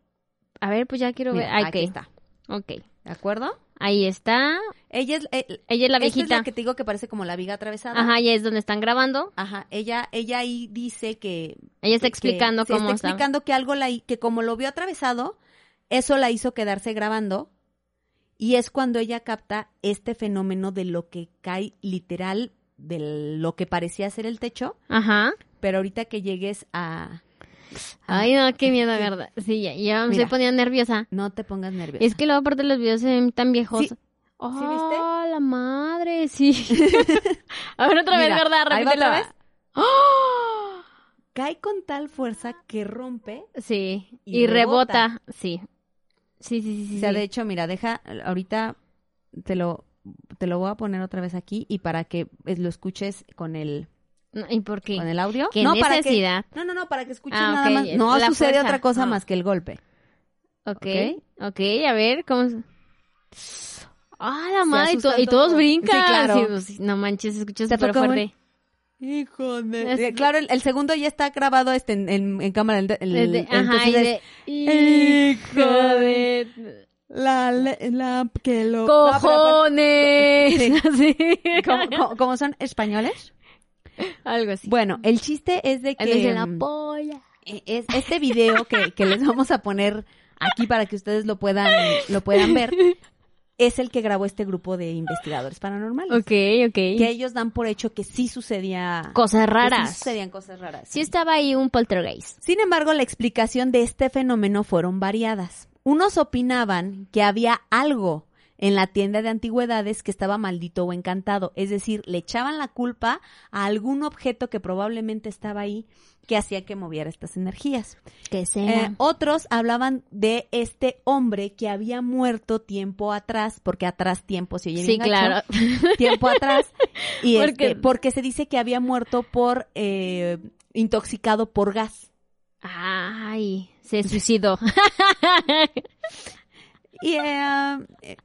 [SPEAKER 2] A ver, pues ya quiero ver.
[SPEAKER 1] ¿Ah? Mira,
[SPEAKER 2] Ay,
[SPEAKER 1] aquí
[SPEAKER 2] ok.
[SPEAKER 1] está.
[SPEAKER 2] Ok.
[SPEAKER 1] ¿De acuerdo?
[SPEAKER 2] Ahí está.
[SPEAKER 1] Ella es, eh,
[SPEAKER 2] Ella es la
[SPEAKER 1] esta es
[SPEAKER 2] viejita.
[SPEAKER 1] la que te digo que parece como la viga atravesada.
[SPEAKER 2] Ajá, ya es donde están grabando.
[SPEAKER 1] Ajá, ella, ella ahí dice que
[SPEAKER 2] Ella está
[SPEAKER 1] que-
[SPEAKER 2] explicando
[SPEAKER 1] este, sí,
[SPEAKER 2] cómo
[SPEAKER 1] está
[SPEAKER 2] está.
[SPEAKER 1] explicando que algo la hi- que como lo vio atravesado eso la hizo quedarse grabando y es cuando ella capta este fenómeno de lo que cae literal de lo que parecía ser el techo
[SPEAKER 2] Ajá.
[SPEAKER 1] pero ahorita que llegues a, a-
[SPEAKER 2] Ay, no, qué miedo, verdad. Sí, ya, ya me
[SPEAKER 1] Ah, Mira.
[SPEAKER 2] estoy poniendo nerviosa.
[SPEAKER 1] no te pongas nerviosa
[SPEAKER 2] Es que luego aparte los videos se ven tan viejos.
[SPEAKER 1] Sí. ¿Sí viste?
[SPEAKER 2] Ah, la madre! Sí. a ver, otra vez,
[SPEAKER 1] Mira,
[SPEAKER 2] ¿verdad?
[SPEAKER 1] ahí va
[SPEAKER 2] Repítelo.
[SPEAKER 1] otra vez.
[SPEAKER 2] ¡Oh!
[SPEAKER 1] cae con tal fuerza que rompe
[SPEAKER 2] Sí.
[SPEAKER 1] Y
[SPEAKER 2] Y, rebota. Sí. Sí, sí, sí, sí.
[SPEAKER 1] o sea
[SPEAKER 2] sí.
[SPEAKER 1] de hecho mira deja ahorita te lo te lo voy a poner otra vez aquí y para que eh, lo escuches con el
[SPEAKER 2] No, ¿Y por qué?
[SPEAKER 1] con el audio
[SPEAKER 2] ¿Qué
[SPEAKER 1] para que
[SPEAKER 2] necesidad?
[SPEAKER 1] No, no, no, para que escuchen
[SPEAKER 2] Ah,
[SPEAKER 1] nada
[SPEAKER 2] ok,
[SPEAKER 1] más. No
[SPEAKER 2] la
[SPEAKER 1] sucede
[SPEAKER 2] fuerza.
[SPEAKER 1] otra cosa
[SPEAKER 2] Ah.
[SPEAKER 1] más que el golpe.
[SPEAKER 2] Ok, ok, a ver, ¿cómo? se- ¡Ah, la
[SPEAKER 1] Se
[SPEAKER 2] madre! Y, to-
[SPEAKER 1] asustan
[SPEAKER 2] y todos
[SPEAKER 1] todos.
[SPEAKER 2] brincan.
[SPEAKER 1] Sí, claro.
[SPEAKER 2] Sí, pues, no manches, se escucha
[SPEAKER 1] ¿Te
[SPEAKER 2] súper
[SPEAKER 1] tocó,
[SPEAKER 2] fuerte.
[SPEAKER 1] Hijo
[SPEAKER 2] Es-
[SPEAKER 1] Eh, Claro, el, el segundo ya está grabado este en, en- en cámara. El, el-
[SPEAKER 2] Desde- ajá,
[SPEAKER 1] entonces
[SPEAKER 2] y de... ¡Hijo de...
[SPEAKER 1] es la, la, la- que lo...
[SPEAKER 2] ¡Cojones! Así.
[SPEAKER 1] ¿Cómo, cómo- cómo son españoles?
[SPEAKER 2] Algo así.
[SPEAKER 1] Bueno, el chiste es de
[SPEAKER 2] Ahí dice
[SPEAKER 1] que...
[SPEAKER 2] la
[SPEAKER 1] mm,
[SPEAKER 2] polla.
[SPEAKER 1] eh, es- este video que, que les vamos a poner aquí para que ustedes lo puedan, lo puedan ver, es el que grabó este grupo de investigadores paranormales.
[SPEAKER 2] Ok,
[SPEAKER 1] Que
[SPEAKER 2] ok.
[SPEAKER 1] ellos dan por hecho que sí sucedía...
[SPEAKER 2] Cosas
[SPEAKER 1] que sí
[SPEAKER 2] raras.
[SPEAKER 1] sucedían cosas raras.
[SPEAKER 2] Sí estaba ahí un poltergeist.
[SPEAKER 1] Sin embargo, la explicación de este fenómeno fueron variadas. Unos opinaban que había algo en la tienda de antigüedades que estaba maldito o encantado, es decir, le echaban la culpa a algún objeto que probablemente estaba ahí que hacía que moviera estas energías.
[SPEAKER 2] Que
[SPEAKER 1] Eh, otros hablaban de este hombre que había muerto tiempo atrás, porque atrás tiempo se oye
[SPEAKER 2] sí,
[SPEAKER 1] bien gacho
[SPEAKER 2] claro.
[SPEAKER 1] tiempo atrás y
[SPEAKER 2] ¿Por
[SPEAKER 1] este,
[SPEAKER 2] qué?
[SPEAKER 1] porque se dice que había muerto por eh, intoxicado por gas
[SPEAKER 2] Ay, se suicidó.
[SPEAKER 1] y, eh,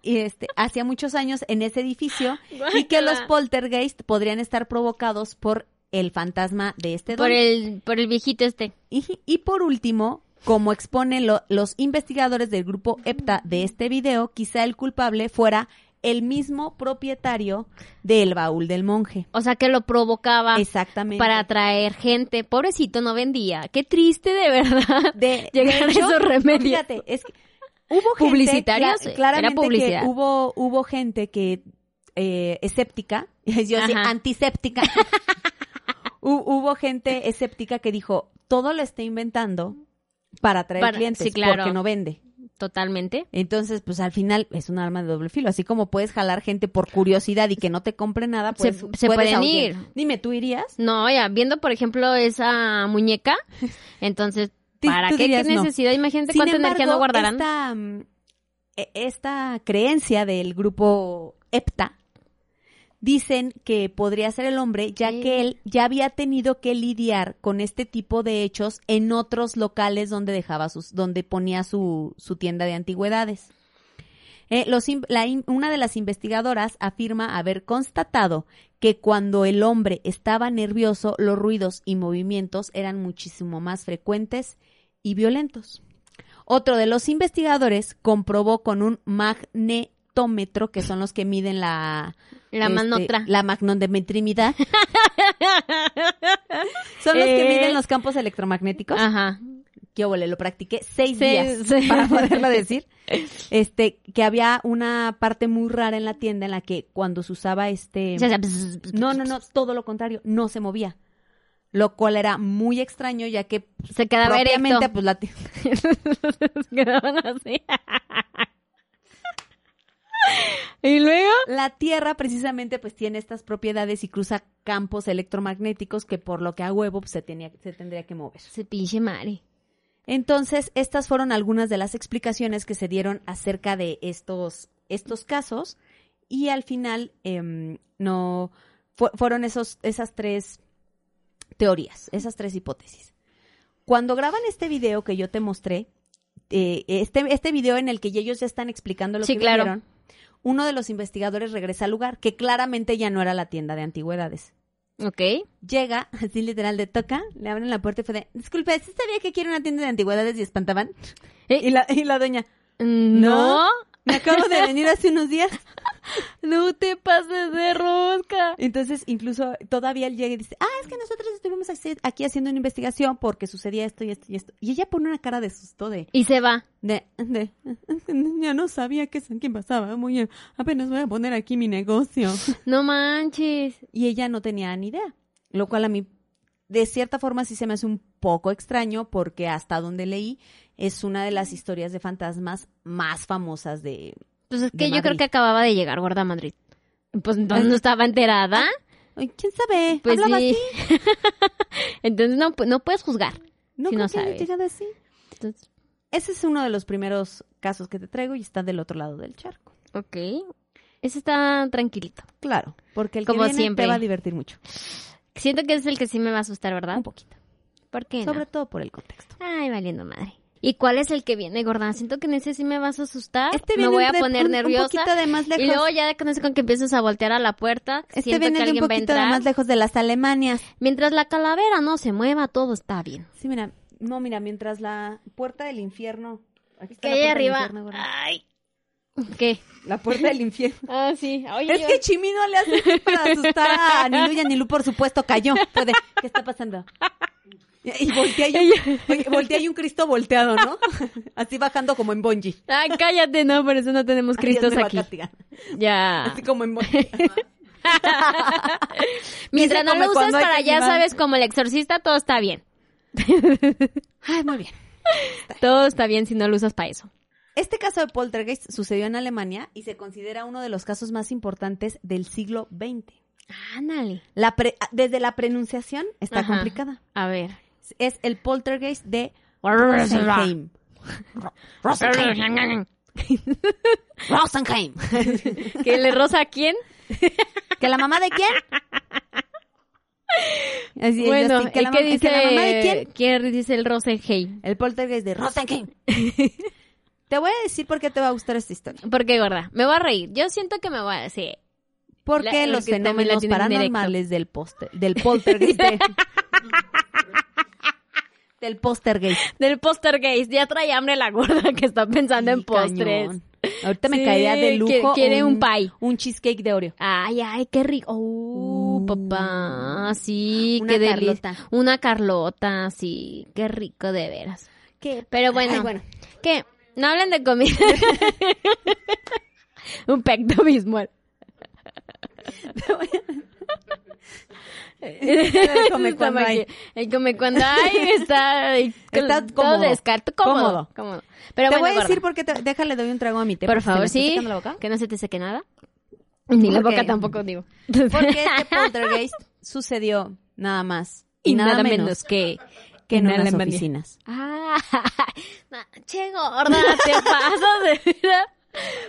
[SPEAKER 1] y, este hacía muchos años en ese edificio y que los poltergeist podrían estar provocados por el fantasma de este don
[SPEAKER 2] Por el, por el viejito este.
[SPEAKER 1] y, y por último como exponen lo- los investigadores del grupo EPTA de este video quizá el culpable fuera el mismo propietario del baúl del monje
[SPEAKER 2] O sea, que lo provocaba.
[SPEAKER 1] exactamente
[SPEAKER 2] Ah, para atraer gente. Pobrecito, no vendía. Qué triste, de verdad.
[SPEAKER 1] de
[SPEAKER 2] Llegar a
[SPEAKER 1] de hecho,
[SPEAKER 2] esos remedios.
[SPEAKER 1] Fíjate, es que hubo gente
[SPEAKER 2] Publicitarios,
[SPEAKER 1] cla-
[SPEAKER 2] era
[SPEAKER 1] claramente
[SPEAKER 2] publicidad.
[SPEAKER 1] que hubo hubo gente que eh, escéptica, yo sí,
[SPEAKER 2] Ajá.
[SPEAKER 1] antiséptica. Hu- hubo gente escéptica que dijo, todo lo está inventando para atraer
[SPEAKER 2] Para-
[SPEAKER 1] clientes
[SPEAKER 2] sí, claro.
[SPEAKER 1] porque no vende.
[SPEAKER 2] Totalmente.
[SPEAKER 1] Entonces, pues al final es un arma de doble filo, así como puedes jalar gente por curiosidad y que no te compre nada,
[SPEAKER 2] Se-
[SPEAKER 1] pues
[SPEAKER 2] se
[SPEAKER 1] puedes
[SPEAKER 2] pueden
[SPEAKER 1] ahuyentar.
[SPEAKER 2] ir.
[SPEAKER 1] Dime, ¿tú irías?
[SPEAKER 2] No, ya, viendo, por ejemplo, esa muñeca, entonces,
[SPEAKER 1] Ti-
[SPEAKER 2] ¿para
[SPEAKER 1] tú
[SPEAKER 2] qué? ¿Qué
[SPEAKER 1] dirías no.
[SPEAKER 2] necesidad? Imagínate
[SPEAKER 1] Sin
[SPEAKER 2] cuánta energía no
[SPEAKER 1] embargo,
[SPEAKER 2] guardarán.
[SPEAKER 1] Esta, mm, e- esta creencia del grupo EPTA dicen que podría ser el hombre, ya
[SPEAKER 2] Sí.
[SPEAKER 1] que él ya había tenido que lidiar con este tipo de hechos en otros locales donde dejaba sus, donde ponía su, su tienda de antigüedades. Eh, los in- la in- una de las investigadoras afirma haber constatado que cuando el hombre estaba nervioso, los ruidos y movimientos eran muchísimo más frecuentes y violentos. Otro de los investigadores comprobó con un magnetómetro, que son los que miden la...
[SPEAKER 2] La
[SPEAKER 1] este,
[SPEAKER 2] manotra.
[SPEAKER 1] La magnometrimidad. son los que
[SPEAKER 2] Eh.
[SPEAKER 1] miden los campos electromagnéticos
[SPEAKER 2] Ajá.
[SPEAKER 1] qué óvole, lo practiqué seis
[SPEAKER 2] Sí,
[SPEAKER 1] días
[SPEAKER 2] sí.
[SPEAKER 1] para poderlo decir. Este, que había una parte muy rara en la tienda en la que cuando se usaba este.
[SPEAKER 2] O sea, se-
[SPEAKER 1] No, no, no, todo lo contrario, no se movía. Lo cual era muy extraño, ya que
[SPEAKER 2] Se quedaba
[SPEAKER 1] propiamente,
[SPEAKER 2] erecto.
[SPEAKER 1] pues la ti-
[SPEAKER 2] Se quedaban así. y luego.
[SPEAKER 1] La Tierra precisamente pues tiene estas propiedades y cruza campos electromagnéticos que por lo que a huevo pues, se, tenía, se tendría que mover.
[SPEAKER 2] Se pinche madre.
[SPEAKER 1] Entonces, estas fueron algunas de las explicaciones que se dieron acerca de estos, estos casos y al final em, no fu- fueron esos, esas tres teorías, esas tres hipótesis. Cuando graban este video que yo te mostré, eh, este, este video en el que ellos ya están explicando lo
[SPEAKER 2] Sí,
[SPEAKER 1] que
[SPEAKER 2] claro.
[SPEAKER 1] vieron, uno de los investigadores regresa al lugar, que claramente ya no era la tienda de antigüedades.
[SPEAKER 2] Ok.
[SPEAKER 1] Llega, así literal de toca, le abren la puerta y fue de, disculpe, ¿sí sabía que quiero una tienda de antigüedades y espantaban?
[SPEAKER 2] Eh.
[SPEAKER 1] Y, la, y la doña,
[SPEAKER 2] No.
[SPEAKER 1] me acabo de venir hace unos días.
[SPEAKER 2] No te pases de rosca.
[SPEAKER 1] Entonces, incluso todavía él llega y dice, ah, es que nosotros estuvimos hace- aquí haciendo una investigación porque sucedía esto y esto y esto. Y ella pone una cara de susto de,
[SPEAKER 2] Y se va.
[SPEAKER 1] de, de, ya no sabía qué, qué pasaba, muy bien, apenas voy a poner aquí mi negocio.
[SPEAKER 2] No manches.
[SPEAKER 1] y ella no tenía ni idea. Lo cual a mí, de cierta forma, sí se me hace un poco extraño porque hasta donde leí es una de las historias de fantasmas más famosas de...
[SPEAKER 2] Pues es
[SPEAKER 1] De
[SPEAKER 2] que yo creo
[SPEAKER 1] Madrid.
[SPEAKER 2] que acababa de llegar Guarda Madrid. Pues entonces no estaba enterada.
[SPEAKER 1] Ay, ¿Quién sabe?
[SPEAKER 2] Pues
[SPEAKER 1] Ah, Hablaba
[SPEAKER 2] sí.
[SPEAKER 1] así.
[SPEAKER 2] entonces no, pu- no puedes juzgar.
[SPEAKER 1] No
[SPEAKER 2] Sí,
[SPEAKER 1] creo
[SPEAKER 2] no
[SPEAKER 1] que haya
[SPEAKER 2] sabes.
[SPEAKER 1] llegado así.
[SPEAKER 2] Entonces,
[SPEAKER 1] Ese es uno de los primeros casos que te traigo y está del otro lado del charco.
[SPEAKER 2] ok. Ese está tranquilito.
[SPEAKER 1] Claro, porque el que
[SPEAKER 2] Como
[SPEAKER 1] viene
[SPEAKER 2] siempre.
[SPEAKER 1] te va a divertir mucho,
[SPEAKER 2] Siento que es el que sí me va a asustar, ¿verdad?
[SPEAKER 1] un poquito,
[SPEAKER 2] ¿Por qué? no?
[SPEAKER 1] sobre todo por el contexto.
[SPEAKER 2] Ay, valiendo madre. ¿Y cuál es el que viene, gorda? Siento que en ese sí me vas a asustar.
[SPEAKER 1] Este
[SPEAKER 2] me
[SPEAKER 1] viene
[SPEAKER 2] voy a
[SPEAKER 1] de-
[SPEAKER 2] poner
[SPEAKER 1] un- un
[SPEAKER 2] nerviosa.
[SPEAKER 1] poquito de más
[SPEAKER 2] Y
[SPEAKER 1] lejos.
[SPEAKER 2] luego ya con eso con que empiezas a voltear a la puerta,
[SPEAKER 1] Este
[SPEAKER 2] siento
[SPEAKER 1] viene de
[SPEAKER 2] que
[SPEAKER 1] un
[SPEAKER 2] alguien va a
[SPEAKER 1] poquito de
[SPEAKER 2] entrar.
[SPEAKER 1] más lejos de las Alemanias.
[SPEAKER 2] Mientras la calavera no se mueva, todo está bien.
[SPEAKER 1] Sí, mira, no, mira, mientras la puerta del infierno... Aquí está
[SPEAKER 2] Que
[SPEAKER 1] la puerta
[SPEAKER 2] ahí
[SPEAKER 1] del
[SPEAKER 2] arriba.
[SPEAKER 1] infierno, gorda.
[SPEAKER 2] Ay. ¿Qué?
[SPEAKER 1] La puerta del infierno.
[SPEAKER 2] Ah, sí. Oye,
[SPEAKER 1] Es que Chimi no le hace así para asustar a Nilu y a Nilu, por supuesto, cayó. Fue de, ¿qué está pasando? Y y voltea y, un, oye, voltea y un Cristo volteado, ¿no? Así bajando como en bungee.
[SPEAKER 2] Ay, cállate, no, por eso no tenemos
[SPEAKER 1] Ay, Dios
[SPEAKER 2] Cristos
[SPEAKER 1] me va a
[SPEAKER 2] aquí. Ah.
[SPEAKER 1] castigar.
[SPEAKER 2] Ya.
[SPEAKER 1] Así como en bungee.
[SPEAKER 2] Mientras
[SPEAKER 1] Dice
[SPEAKER 2] no
[SPEAKER 1] come
[SPEAKER 2] lo usas
[SPEAKER 1] cuando hay
[SPEAKER 2] para
[SPEAKER 1] que
[SPEAKER 2] allá,
[SPEAKER 1] llevar.
[SPEAKER 2] sabes, como el exorcista, todo está bien.
[SPEAKER 1] Ay, muy bien.
[SPEAKER 2] Todo está bien si no lo usas para eso.
[SPEAKER 1] Este caso de poltergeist sucedió en Alemania y se considera uno de los casos más importantes del siglo XX.
[SPEAKER 2] Ándale.
[SPEAKER 1] La pre- desde la pronunciación está
[SPEAKER 2] Ajá.
[SPEAKER 1] complicada.
[SPEAKER 2] A ver.
[SPEAKER 1] Es el poltergeist de Rosenheim. Rosenheim.
[SPEAKER 2] ¿Que le rosa a quién?
[SPEAKER 1] ¿Que la mamá de quién? Así,
[SPEAKER 2] bueno,
[SPEAKER 1] ellos sí,
[SPEAKER 2] ¿y
[SPEAKER 1] la
[SPEAKER 2] qué
[SPEAKER 1] mam-
[SPEAKER 2] dice?
[SPEAKER 1] que la mamá de quién?
[SPEAKER 2] ¿Quién dice el Rosenheim?
[SPEAKER 1] El poltergeist de Rosenheim. te voy a decir por qué te va a gustar esta historia.
[SPEAKER 2] ¿Por qué, gorda? Me voy a reír. Yo siento que me voy a decir.
[SPEAKER 1] Porque
[SPEAKER 2] La- lo
[SPEAKER 1] los
[SPEAKER 2] que también
[SPEAKER 1] fenómenos
[SPEAKER 2] la tienen directo.
[SPEAKER 1] paranormales del póster, del poltergeist de- del poltergeist.
[SPEAKER 2] Del póster gays. Ya trae hambre la gorda que está pensando en
[SPEAKER 1] Sí,
[SPEAKER 2] postres.
[SPEAKER 1] cañón. Ahorita me
[SPEAKER 2] Sí,
[SPEAKER 1] caería de lujo.
[SPEAKER 2] quiere- quiere un pie.
[SPEAKER 1] Un cheesecake de Oreo.
[SPEAKER 2] Ay, ay, qué rico. Uh,
[SPEAKER 1] Uh.
[SPEAKER 2] papá, sí,
[SPEAKER 1] Una
[SPEAKER 2] qué delicia.
[SPEAKER 1] Carlota.
[SPEAKER 2] Una Carlota, sí, qué rico de veras.
[SPEAKER 1] ¿Qué?
[SPEAKER 2] Pero bueno,
[SPEAKER 1] Ay, bueno.
[SPEAKER 2] ¿qué? No hablen de comida. Un pecto bismol.
[SPEAKER 1] El come cuando
[SPEAKER 2] Está
[SPEAKER 1] hay.
[SPEAKER 2] mal que- El come cuando hay está,
[SPEAKER 1] Está
[SPEAKER 2] todo
[SPEAKER 1] cómodo.
[SPEAKER 2] descarto- cómodo,
[SPEAKER 1] Cómodo.
[SPEAKER 2] cómodo. Pero
[SPEAKER 1] te
[SPEAKER 2] bueno,
[SPEAKER 1] voy a decir
[SPEAKER 2] gorda,
[SPEAKER 1] por qué. te- Déjale, doy un trago a mi té.
[SPEAKER 2] por,
[SPEAKER 1] porque se me
[SPEAKER 2] favor,
[SPEAKER 1] está
[SPEAKER 2] sí,
[SPEAKER 1] secando la boca.
[SPEAKER 2] que no se te seque nada. Ni la
[SPEAKER 1] Porque-
[SPEAKER 2] boca tampoco digo.
[SPEAKER 1] Porque este poltergeist sucedió nada más
[SPEAKER 2] y nada, menos, que
[SPEAKER 1] que en
[SPEAKER 2] en
[SPEAKER 1] unas
[SPEAKER 2] Alemania.
[SPEAKER 1] oficinas.
[SPEAKER 2] Ah, no, che gorda, te pasas de verdad.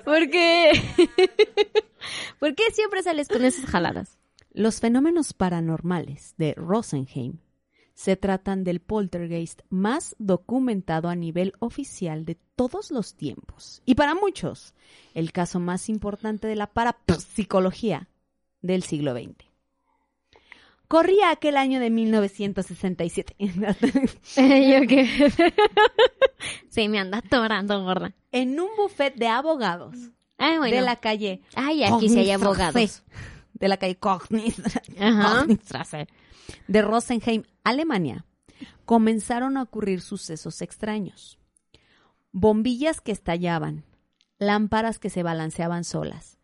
[SPEAKER 2] ¿Por qué? ¿Por qué siempre sales con esas jaladas?
[SPEAKER 1] Los fenómenos paranormales de Rosenheim Se tratan del poltergeist más documentado a nivel oficial de todos los tiempos. Y para muchos, el caso más importante de la parapsicología del siglo XX. Corría aquel año de 1967.
[SPEAKER 2] Yo qué. Se me anda atorando, gorda.
[SPEAKER 1] en un buffet de abogados
[SPEAKER 2] Ay, bueno.
[SPEAKER 1] de la calle
[SPEAKER 2] Ay, aquí sí hay
[SPEAKER 1] Cogniz-Tracé.
[SPEAKER 2] abogados.
[SPEAKER 1] De la calle Cogniz- Ah.
[SPEAKER 2] Ajá.
[SPEAKER 1] Cogniz-Tracé, de Rosenheim, Alemania, comenzaron a ocurrir sucesos extraños. Bombillas que estallaban, lámparas que se balanceaban solas,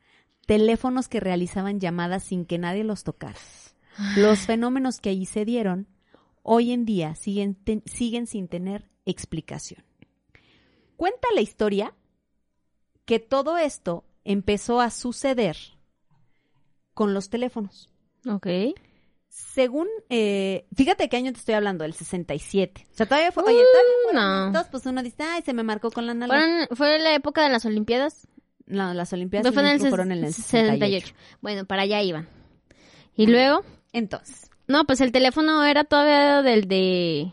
[SPEAKER 1] teléfonos que realizaban llamadas sin que nadie los tocara. Los fenómenos que allí se dieron hoy en día siguen, ten- siguen sin tener explicación. Cuenta la historia que todo esto empezó a suceder con los teléfonos.
[SPEAKER 2] Ok.
[SPEAKER 1] Según, eh, fíjate qué año te estoy hablando, el 67. O sea, todavía fue, oye, todavía fueron
[SPEAKER 2] Uh, no.
[SPEAKER 1] momentos, pues uno dice, ay, se me marcó con la nalga.
[SPEAKER 2] Fueron- ¿Fue la época de las Olimpiadas?
[SPEAKER 1] no, las Olimpiadas
[SPEAKER 2] No fue en el, ses-
[SPEAKER 1] fueron en el
[SPEAKER 2] 68.
[SPEAKER 1] 68.
[SPEAKER 2] Bueno, para allá iban. Y luego,
[SPEAKER 1] Entonces,
[SPEAKER 2] no, pues el teléfono era todavía del de...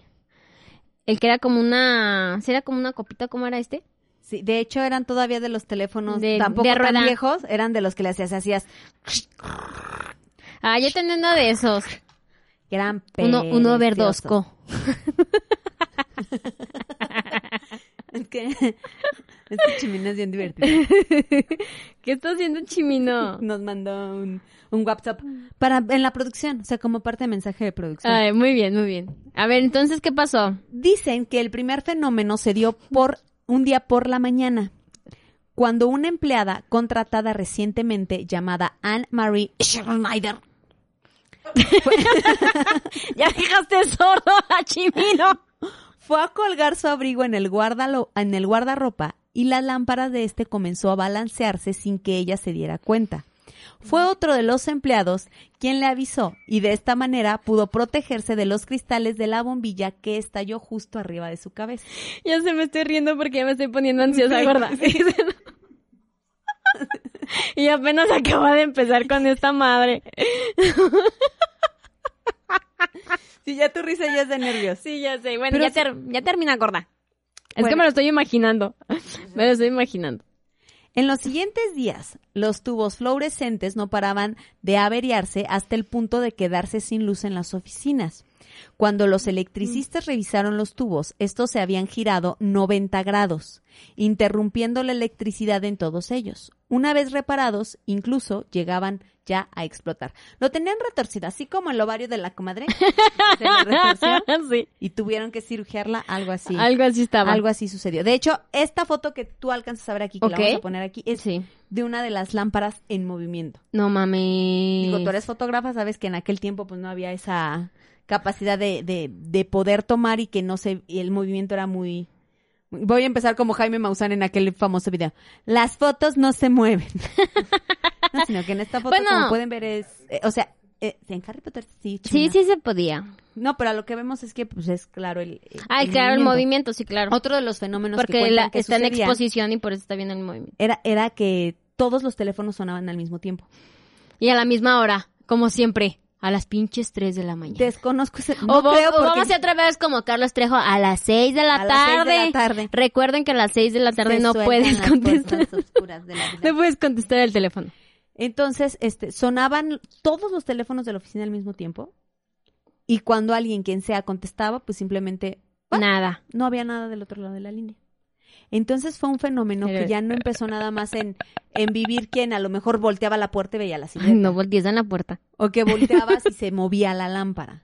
[SPEAKER 2] El que era como una... ¿sí era como una copita? ¿Cómo era este?
[SPEAKER 1] sí, de hecho eran todavía de los teléfonos
[SPEAKER 2] De-
[SPEAKER 1] tampoco
[SPEAKER 2] de rueda.
[SPEAKER 1] tan viejos, eran de los que le hacías, hacías,
[SPEAKER 2] Ah, yo tenía uno de esos.
[SPEAKER 1] que eran
[SPEAKER 2] Uno, uno
[SPEAKER 1] preciosos.
[SPEAKER 2] verdosco.
[SPEAKER 1] Es que, es que Este Chimino es bien divertido.
[SPEAKER 2] ¿Qué está haciendo Chimino?
[SPEAKER 1] Nos mandó un, un WhatsApp para, en la producción, o sea, como parte de mensaje de producción.
[SPEAKER 2] Ay, muy bien, muy bien. A ver, entonces, ¿qué pasó?
[SPEAKER 1] Dicen que el primer fenómeno se dio por un día por la mañana, cuando una empleada contratada recientemente llamada Anne Marie Schneider
[SPEAKER 2] Ya dejaste sordo a Chimino.
[SPEAKER 1] fue a colgar su abrigo en el, guardalo- en el guardarropa y la lámpara de este comenzó a balancearse sin que ella se diera cuenta. Fue otro de los empleados quien le avisó y de esta manera pudo protegerse de los cristales de la bombilla que estalló justo arriba de su cabeza.
[SPEAKER 2] Ya se me estoy riendo porque ya me estoy poniendo ansiosa, gorda. y apenas acaba de empezar con esta madre.
[SPEAKER 1] Sí, ya tu risa ya es de nervios.
[SPEAKER 2] Sí, ya sé. Bueno,
[SPEAKER 1] Pero
[SPEAKER 2] ya,
[SPEAKER 1] sí-
[SPEAKER 2] ter- ya termina, gorda. Es que
[SPEAKER 1] Bueno.
[SPEAKER 2] me lo estoy imaginando. Me lo estoy imaginando.
[SPEAKER 1] En los siguientes días, los tubos fluorescentes no paraban de averiarse hasta el punto de quedarse sin luz en las oficinas. Cuando los electricistas revisaron los tubos, estos se habían girado 90 grados, interrumpiendo la electricidad en todos ellos. Una vez reparados, incluso llegaban ya a explotar. Lo tenían retorcido, así como el ovario de la comadre. se le retorció
[SPEAKER 2] sí.
[SPEAKER 1] y tuvieron que cirugiarla, algo así.
[SPEAKER 2] Algo así estaba.
[SPEAKER 1] Algo así sucedió. De hecho, esta foto que tú alcanzas a ver aquí, que
[SPEAKER 2] Ok.
[SPEAKER 1] la vamos a poner aquí, es
[SPEAKER 2] Sí.
[SPEAKER 1] de una de las lámparas en movimiento.
[SPEAKER 2] No mames.
[SPEAKER 1] Digo, tú eres fotógrafa, sabes que en aquel tiempo pues no había esa capacidad de, de, de poder tomar y que no se, y el movimiento era muy... Voy a empezar como Jaime Maussan en aquel famoso video. Las fotos no se mueven. No, sino que en esta foto,
[SPEAKER 2] Bueno.
[SPEAKER 1] como pueden ver, es... eh, o sea, eh, en Harry Potter sí,
[SPEAKER 2] Sí,
[SPEAKER 1] china.
[SPEAKER 2] sí se podía.
[SPEAKER 1] No, pero a lo que vemos es que pues es claro el...
[SPEAKER 2] Ah, claro, el movimiento, sí, claro.
[SPEAKER 1] Otro de los fenómenos que
[SPEAKER 2] Porque
[SPEAKER 1] cuentan
[SPEAKER 2] la-
[SPEAKER 1] que
[SPEAKER 2] está en
[SPEAKER 1] sucedían-
[SPEAKER 2] exposición y por eso está viendo el movimiento.
[SPEAKER 1] era, era que todos los teléfonos sonaban al mismo tiempo.
[SPEAKER 2] Y a la misma hora, como siempre, a las pinches 3 de la mañana.
[SPEAKER 1] Desconozco ese.
[SPEAKER 2] o
[SPEAKER 1] No
[SPEAKER 2] vo-
[SPEAKER 1] creo
[SPEAKER 2] o
[SPEAKER 1] porque
[SPEAKER 2] vamos otra vez como Carlos Trejo a las 6 de la
[SPEAKER 1] A las
[SPEAKER 2] tarde.
[SPEAKER 1] seis de la tarde.
[SPEAKER 2] Recuerden que a las 6 de la tarde
[SPEAKER 1] se
[SPEAKER 2] no
[SPEAKER 1] sueltan
[SPEAKER 2] puedes
[SPEAKER 1] las
[SPEAKER 2] contestar.
[SPEAKER 1] fuerzas oscuras de la vida.
[SPEAKER 2] No puedes contestar el teléfono.
[SPEAKER 1] Entonces, este, sonaban todos los teléfonos de la oficina al mismo tiempo. Y cuando alguien, quien sea, contestaba, pues simplemente ¿What?
[SPEAKER 2] Nada.
[SPEAKER 1] no había nada del otro lado de la línea. Entonces fue un fenómeno que ya no empezó nada más en, en vivir quien a lo mejor volteaba la puerta y veía la
[SPEAKER 2] Ay,
[SPEAKER 1] siguiente.
[SPEAKER 2] no voltees a la puerta.
[SPEAKER 1] O que volteabas y se movía la lámpara.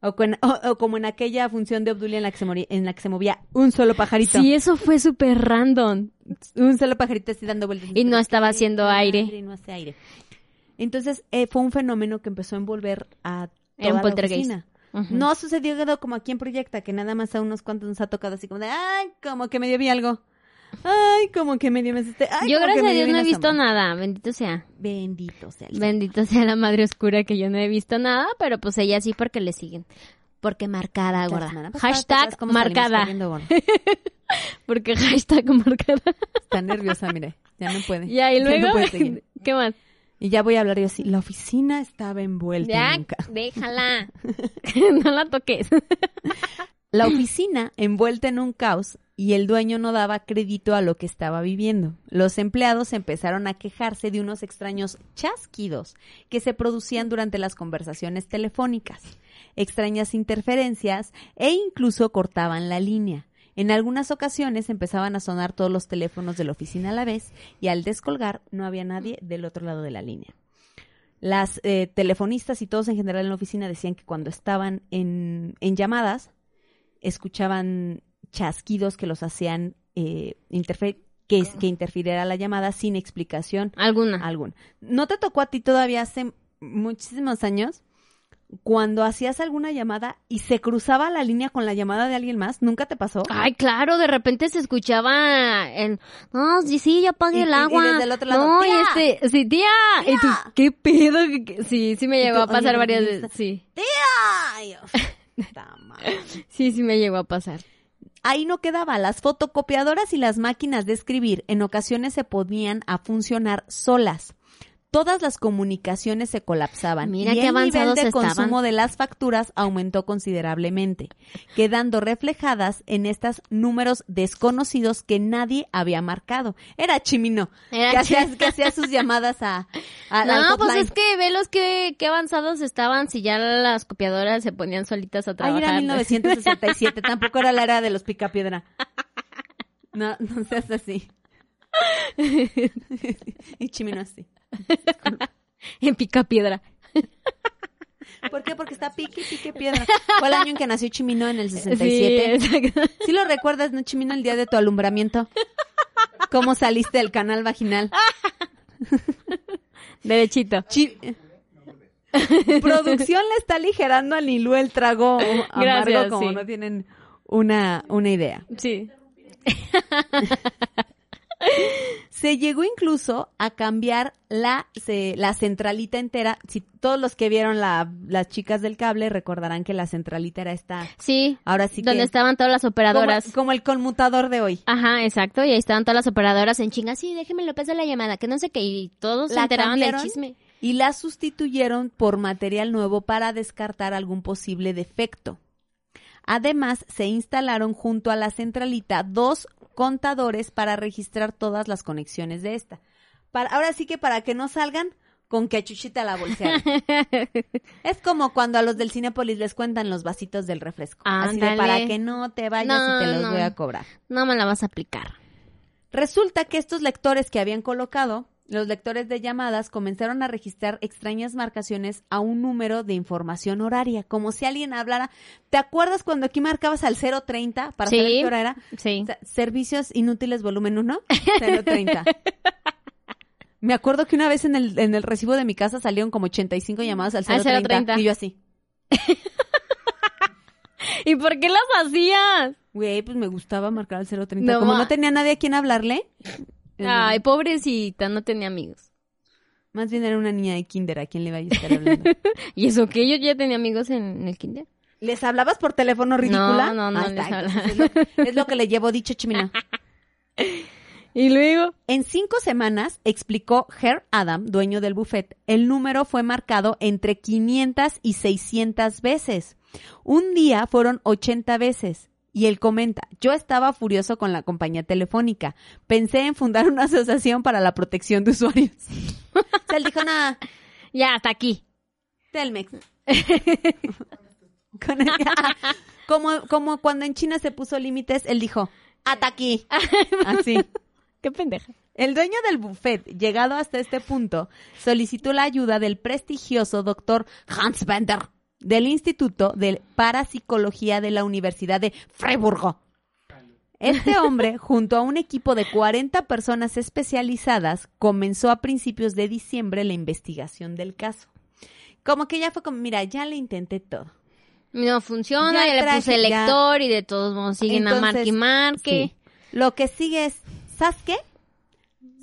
[SPEAKER 1] O, con- o- o como en aquella función de Obdulia en la que se, moría- en la que se movía un solo pajarito.
[SPEAKER 2] Sí, eso fue súper random.
[SPEAKER 1] Un solo pajarito así dando vueltas.
[SPEAKER 2] Y no estaba
[SPEAKER 1] Ay,
[SPEAKER 2] haciendo aire.
[SPEAKER 1] y no hace aire. Entonces eh, fue un fenómeno que empezó a envolver a
[SPEAKER 2] Era un
[SPEAKER 1] toda la
[SPEAKER 2] poltergeist.
[SPEAKER 1] oficina.
[SPEAKER 2] Ujú.
[SPEAKER 1] No sucedió como aquí en Proyecta, que nada más a unos cuantos nos ha tocado así como de, ay, como que medio vi algo. Ay, como que medio me asusté. Ay,
[SPEAKER 2] Yo
[SPEAKER 1] como que
[SPEAKER 2] gracias a
[SPEAKER 1] medio
[SPEAKER 2] Dios
[SPEAKER 1] vi
[SPEAKER 2] no he
[SPEAKER 1] una
[SPEAKER 2] visto
[SPEAKER 1] sombra".
[SPEAKER 2] nada, bendito sea.
[SPEAKER 1] Bendito sea. el Señor.
[SPEAKER 2] Bendito sea la madre oscura que yo no he visto nada, pero pues ella sí porque le siguen. Porque marcada,
[SPEAKER 1] La
[SPEAKER 2] gorda.
[SPEAKER 1] semana pasada, ¿te acuerdas
[SPEAKER 2] Hashtag
[SPEAKER 1] cómo salimos
[SPEAKER 2] marcada.
[SPEAKER 1] corriendo, gorda?
[SPEAKER 2] Porque hashtag marcada.
[SPEAKER 1] Está nerviosa, mire. Ya no puede.
[SPEAKER 2] Ya, y
[SPEAKER 1] Ya no
[SPEAKER 2] luego,
[SPEAKER 1] puede seguir.
[SPEAKER 2] ¿qué más?
[SPEAKER 1] Y ya voy a hablar yo así. La oficina estaba envuelta
[SPEAKER 2] Ya,
[SPEAKER 1] en un ca-
[SPEAKER 2] déjala. no la toques.
[SPEAKER 1] La oficina envuelta en un caos y el dueño no daba crédito a lo que estaba viviendo. Los empleados empezaron a quejarse de unos extraños chasquidos que se producían durante las conversaciones telefónicas, extrañas interferencias e incluso cortaban la línea. En algunas ocasiones empezaban a sonar todos los teléfonos de la oficina a la vez y al descolgar no había nadie del otro lado de la línea las eh, telefonistas y todos en general en la oficina decían que cuando estaban en, en llamadas escuchaban chasquidos que los hacían eh, interfe- que, es- que interfiriera la llamada sin explicación
[SPEAKER 2] Alguna.
[SPEAKER 1] alguna. ¿No te tocó a ti todavía hace muchísimos años cuando hacías alguna llamada y se cruzaba la línea con la llamada de alguien más? ¿Nunca te pasó?
[SPEAKER 2] Ay, claro, de repente se escuchaba el, no, sí, sí, ya
[SPEAKER 1] Y-
[SPEAKER 2] apagué
[SPEAKER 1] y
[SPEAKER 2] el agua.
[SPEAKER 1] desde el otro lado,
[SPEAKER 2] no,
[SPEAKER 1] "Tía".
[SPEAKER 2] y este, sí, tía. Y tú, qué pedo. ¿Qué- qué-?" Sí, sí me
[SPEAKER 1] Y
[SPEAKER 2] llegó
[SPEAKER 1] tú,
[SPEAKER 2] a pasar
[SPEAKER 1] "Oye,
[SPEAKER 2] varias
[SPEAKER 1] ¿dónde
[SPEAKER 2] veces.
[SPEAKER 1] está?"
[SPEAKER 2] Sí,
[SPEAKER 1] ¡Tía! Y yo, "Ta madre".
[SPEAKER 2] sí, sí me llegó a pasar.
[SPEAKER 1] Ahí no quedaba, las fotocopiadoras y las máquinas de escribir en ocasiones se ponían a funcionar solas. Todas las comunicaciones se colapsaban
[SPEAKER 2] Mira
[SPEAKER 1] y
[SPEAKER 2] qué
[SPEAKER 1] el nivel
[SPEAKER 2] avanzados
[SPEAKER 1] de
[SPEAKER 2] estaban.
[SPEAKER 1] consumo de las facturas aumentó considerablemente, quedando reflejadas en estos números desconocidos que nadie había marcado. Era Chimino,
[SPEAKER 2] Era
[SPEAKER 1] que, hacía,
[SPEAKER 2] Chimino.
[SPEAKER 1] que hacía sus llamadas a, a- al
[SPEAKER 2] No, pues
[SPEAKER 1] hotline.
[SPEAKER 2] es que ve los que, qué avanzados estaban si ya las copiadoras se ponían solitas a
[SPEAKER 1] Ahí
[SPEAKER 2] trabajar.
[SPEAKER 1] era 1967, tampoco era la era de los picapiedra. No, no seas así. Y Chimino así.
[SPEAKER 2] en pica piedra.
[SPEAKER 1] ¿Por qué? Porque está pique, pique piedra. Fue el año en que nació Chimino en el 67.
[SPEAKER 2] Sí, exacto.
[SPEAKER 1] Sí lo recuerdas, ¿no, Chimino? El día de tu alumbramiento. ¿Cómo saliste del canal vaginal?
[SPEAKER 2] Derechito.
[SPEAKER 1] Chi- Producción le está aligerando a Nilú el trago amargo
[SPEAKER 2] Gracias,
[SPEAKER 1] como
[SPEAKER 2] sí.
[SPEAKER 1] no tienen una, una idea.
[SPEAKER 2] Sí.
[SPEAKER 1] Se llegó incluso a cambiar la, se- la centralita entera. Si todos los que vieron la, las chicas del cable recordarán que la centralita era esta.
[SPEAKER 2] Sí.
[SPEAKER 1] Ahora sí
[SPEAKER 2] donde
[SPEAKER 1] que-
[SPEAKER 2] estaban todas las
[SPEAKER 1] Como,
[SPEAKER 2] operadoras.
[SPEAKER 1] como el conmutador de hoy.
[SPEAKER 2] Ajá, exacto. Y ahí estaban todas las operadoras en chinga. Sí, déjeme lo pasa la llamada, que no sé qué. Y todos se
[SPEAKER 1] La
[SPEAKER 2] enteraban
[SPEAKER 1] cambiaron.
[SPEAKER 2] del chisme.
[SPEAKER 1] Y la sustituyeron por material nuevo para descartar algún posible defecto. Además, se instalaron junto a la centralita dos contadores para registrar todas las conexiones de esta. Para, ahora sí que para que no salgan con que a Chuchita la bolsearon. es como cuando a los del Cinépolis les cuentan los vasitos del refresco. Así de
[SPEAKER 2] Ándale.
[SPEAKER 1] para que no te vayas
[SPEAKER 2] No,
[SPEAKER 1] y te los
[SPEAKER 2] no.
[SPEAKER 1] voy a cobrar.
[SPEAKER 2] No me la vas a aplicar.
[SPEAKER 1] Resulta que estos lectores que habían colocado, los lectores de llamadas, comenzaron a registrar extrañas marcaciones a un número de información horaria, como si alguien hablara. ¿Te acuerdas cuando aquí marcabas al 030 para
[SPEAKER 2] Sí.
[SPEAKER 1] saber qué hora era?
[SPEAKER 2] Sí.
[SPEAKER 1] O sea, Servicios inútiles volumen 1, 030. Me acuerdo que una vez en el, en el recibo de mi casa salieron como 85 llamadas al
[SPEAKER 2] Al
[SPEAKER 1] 030,
[SPEAKER 2] 030.
[SPEAKER 1] y yo así.
[SPEAKER 2] ¿Y por qué las hacías?
[SPEAKER 1] Güey, pues me gustaba marcar al 030.
[SPEAKER 2] No
[SPEAKER 1] como
[SPEAKER 2] ma-
[SPEAKER 1] no tenía nadie a quien hablarle, eh,
[SPEAKER 2] Ay, pobrecita, no tenía amigos.
[SPEAKER 1] más bien era una niña de kinder a quien le iba a estar hablando.
[SPEAKER 2] Y eso que yo ya tenía amigos en el kinder.
[SPEAKER 1] ¿Les hablabas por teléfono ridícula?
[SPEAKER 2] No, no, no
[SPEAKER 1] Ahí está,
[SPEAKER 2] les hablaba.
[SPEAKER 1] entonces Es lo, es lo que le llevo dicho Chimina.
[SPEAKER 2] Y luego.
[SPEAKER 1] En cinco semanas, explicó Herr Adam, dueño del buffet, el número fue marcado entre 500 y 600 veces. Un día fueron 80 veces. Y él comenta, yo estaba furioso con la compañía telefónica. Pensé en fundar una asociación para la protección de usuarios. o sea, él dijo, nada,
[SPEAKER 2] Ya, hasta aquí.
[SPEAKER 1] Telmex. Con el- ah, como, como cuando en China se puso límites, él dijo, hasta aquí. Así.
[SPEAKER 2] Qué pendeja.
[SPEAKER 1] El dueño del buffet, llegado hasta este punto, solicitó la ayuda del prestigioso doctor Hans Bender del Instituto de Parapsicología de la Universidad de Freiburgo. Este hombre, junto a un equipo de 40 personas especializadas, comenzó a principios de diciembre la investigación del caso. Como que ya fue como, mira, ya le intenté todo.
[SPEAKER 2] No
[SPEAKER 1] Ya
[SPEAKER 2] funciona, ya, le
[SPEAKER 1] traje,
[SPEAKER 2] puse
[SPEAKER 1] ya.
[SPEAKER 2] lector y de todos modos siguen a
[SPEAKER 1] Entonces,
[SPEAKER 2] marque y marque.
[SPEAKER 1] sí. Lo que sigue es, ¿sabes qué?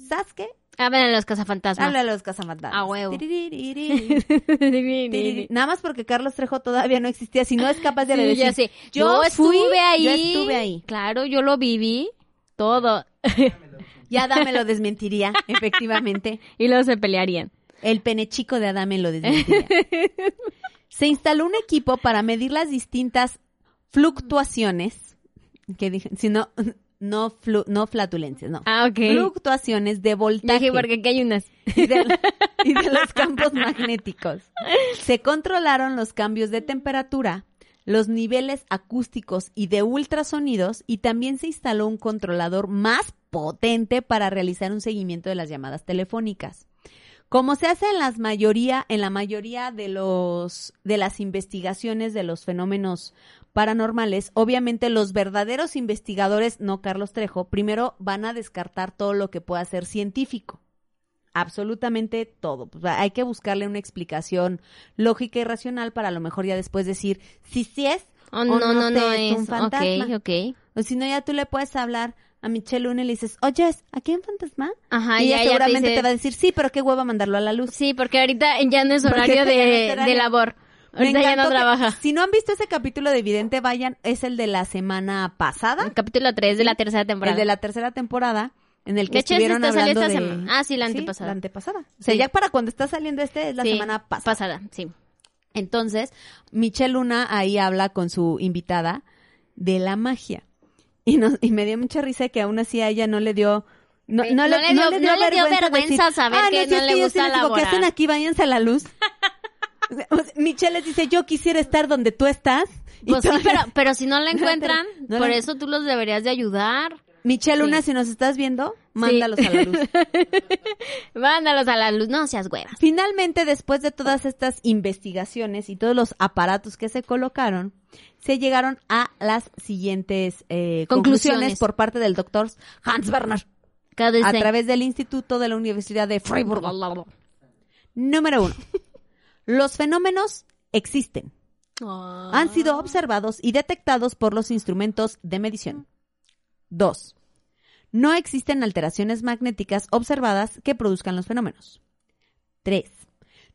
[SPEAKER 1] ¿Sabes qué?
[SPEAKER 2] Hablan a los cazafantasmas.
[SPEAKER 1] Habla de los cazafantasmas.
[SPEAKER 2] A huevo.
[SPEAKER 1] Tiriririrí. Tiriri. Nada más porque Carlos Trejo todavía no existía, si no es capaz de
[SPEAKER 2] Sí,
[SPEAKER 1] decir,
[SPEAKER 2] ya sé.
[SPEAKER 1] Yo,
[SPEAKER 2] Yo,
[SPEAKER 1] fui,
[SPEAKER 2] estuve ahí.
[SPEAKER 1] Yo estuve ahí.
[SPEAKER 2] Claro, yo lo viví todo.
[SPEAKER 1] Ya dame lo desmentiría, efectivamente.
[SPEAKER 2] y luego se pelearían.
[SPEAKER 1] El penechico de Adame lo desmentía. Se instaló un equipo para medir las distintas fluctuaciones, que dije, si no, no, flu- no flatulencias, no.
[SPEAKER 2] Ah, ok.
[SPEAKER 1] Fluctuaciones de voltaje
[SPEAKER 2] Dije, porque aquí hay unas.
[SPEAKER 1] y de, y de los campos magnéticos. Se controlaron los cambios de temperatura, los niveles acústicos y de ultrasonidos y también se instaló un controlador más potente para realizar un seguimiento de las llamadas telefónicas. Como se hace en las mayoría, en la mayoría de los de las investigaciones de los fenómenos paranormales, obviamente los verdaderos investigadores, no Carlos Trejo, primero van a descartar todo lo que pueda ser científico absolutamente todo. Pues, hay que buscarle una explicación lógica y racional para a lo mejor ya después decir si sí es
[SPEAKER 2] Oh,
[SPEAKER 1] o
[SPEAKER 2] no, no, no,
[SPEAKER 1] te es,
[SPEAKER 2] es.
[SPEAKER 1] un fantasma.
[SPEAKER 2] Ok, ok.
[SPEAKER 1] O si no, ya tú le puedes hablar a Michelle Luna y le dices, oye, ¿aquí hay un fantasma?
[SPEAKER 2] Ajá,
[SPEAKER 1] y
[SPEAKER 2] ya,
[SPEAKER 1] ella
[SPEAKER 2] ya te
[SPEAKER 1] seguramente te,
[SPEAKER 2] dice-
[SPEAKER 1] va a decir, sí, pero qué hueva mandarlo a la luz.
[SPEAKER 2] Sí, porque ahorita ya no es
[SPEAKER 1] Porque
[SPEAKER 2] horario
[SPEAKER 1] ahorita ya no es
[SPEAKER 2] de,
[SPEAKER 1] horario.
[SPEAKER 2] de labor.
[SPEAKER 1] Me
[SPEAKER 2] Ahorita ya no
[SPEAKER 1] encantó que-
[SPEAKER 2] trabaja.
[SPEAKER 1] si no han visto ese capítulo de Vidente, vayan, es el de la semana pasada,
[SPEAKER 2] Capítulo 3 de la tercera temporada.
[SPEAKER 1] el de la tercera temporada, en el que
[SPEAKER 2] De hecho,
[SPEAKER 1] estuvieron
[SPEAKER 2] este salió
[SPEAKER 1] hablando
[SPEAKER 2] esta
[SPEAKER 1] de...
[SPEAKER 2] semana. Ah, sí, la antepasada.
[SPEAKER 1] la antepasada. O sea,
[SPEAKER 2] Sí.
[SPEAKER 1] ya para cuando está saliendo este es la
[SPEAKER 2] Sí,
[SPEAKER 1] semana pasada.
[SPEAKER 2] Pasada, sí.
[SPEAKER 1] Entonces, Michelle Luna ahí habla con su invitada de la magia. Y, nos- y me dio mucha risa que aún así a ella no le dio... No,
[SPEAKER 2] Eh,
[SPEAKER 1] no, le, no le dio vergüenza,
[SPEAKER 2] vergüenza
[SPEAKER 1] decir,
[SPEAKER 2] saber
[SPEAKER 1] "Ah,
[SPEAKER 2] que
[SPEAKER 1] sí,
[SPEAKER 2] no
[SPEAKER 1] es
[SPEAKER 2] le
[SPEAKER 1] yo
[SPEAKER 2] gusta
[SPEAKER 1] les digo, ¿Qué
[SPEAKER 2] laborar".
[SPEAKER 1] hacen aquí? Váyanse a la luz. O sea, Michelle les dice, yo quisiera estar donde tú estás. Y
[SPEAKER 2] Pues sí,
[SPEAKER 1] todas-
[SPEAKER 2] pero, pero si no la
[SPEAKER 1] No, pero-
[SPEAKER 2] encuentran,
[SPEAKER 1] no la-
[SPEAKER 2] por eso tú los deberías de ayudar.
[SPEAKER 1] Michelle Luna, si nos estás viendo, mándalos a la luz.
[SPEAKER 2] Mándalos a la luz, no seas huevas.
[SPEAKER 1] Finalmente, después de todas estas investigaciones y todos los aparatos que se colocaron, se llegaron a las siguientes eh, conclusiones.
[SPEAKER 2] Conclusiones.
[SPEAKER 1] por parte del doctor Hans Werner
[SPEAKER 2] Cada
[SPEAKER 1] a
[SPEAKER 2] vez-
[SPEAKER 1] través del Instituto de la Universidad de Freiburg. Número uno. Los fenómenos existen.
[SPEAKER 2] Ah.
[SPEAKER 1] Han sido observados y detectados por los instrumentos de medición. Dos. No existen alteraciones magnéticas observadas que produzcan los fenómenos. 3.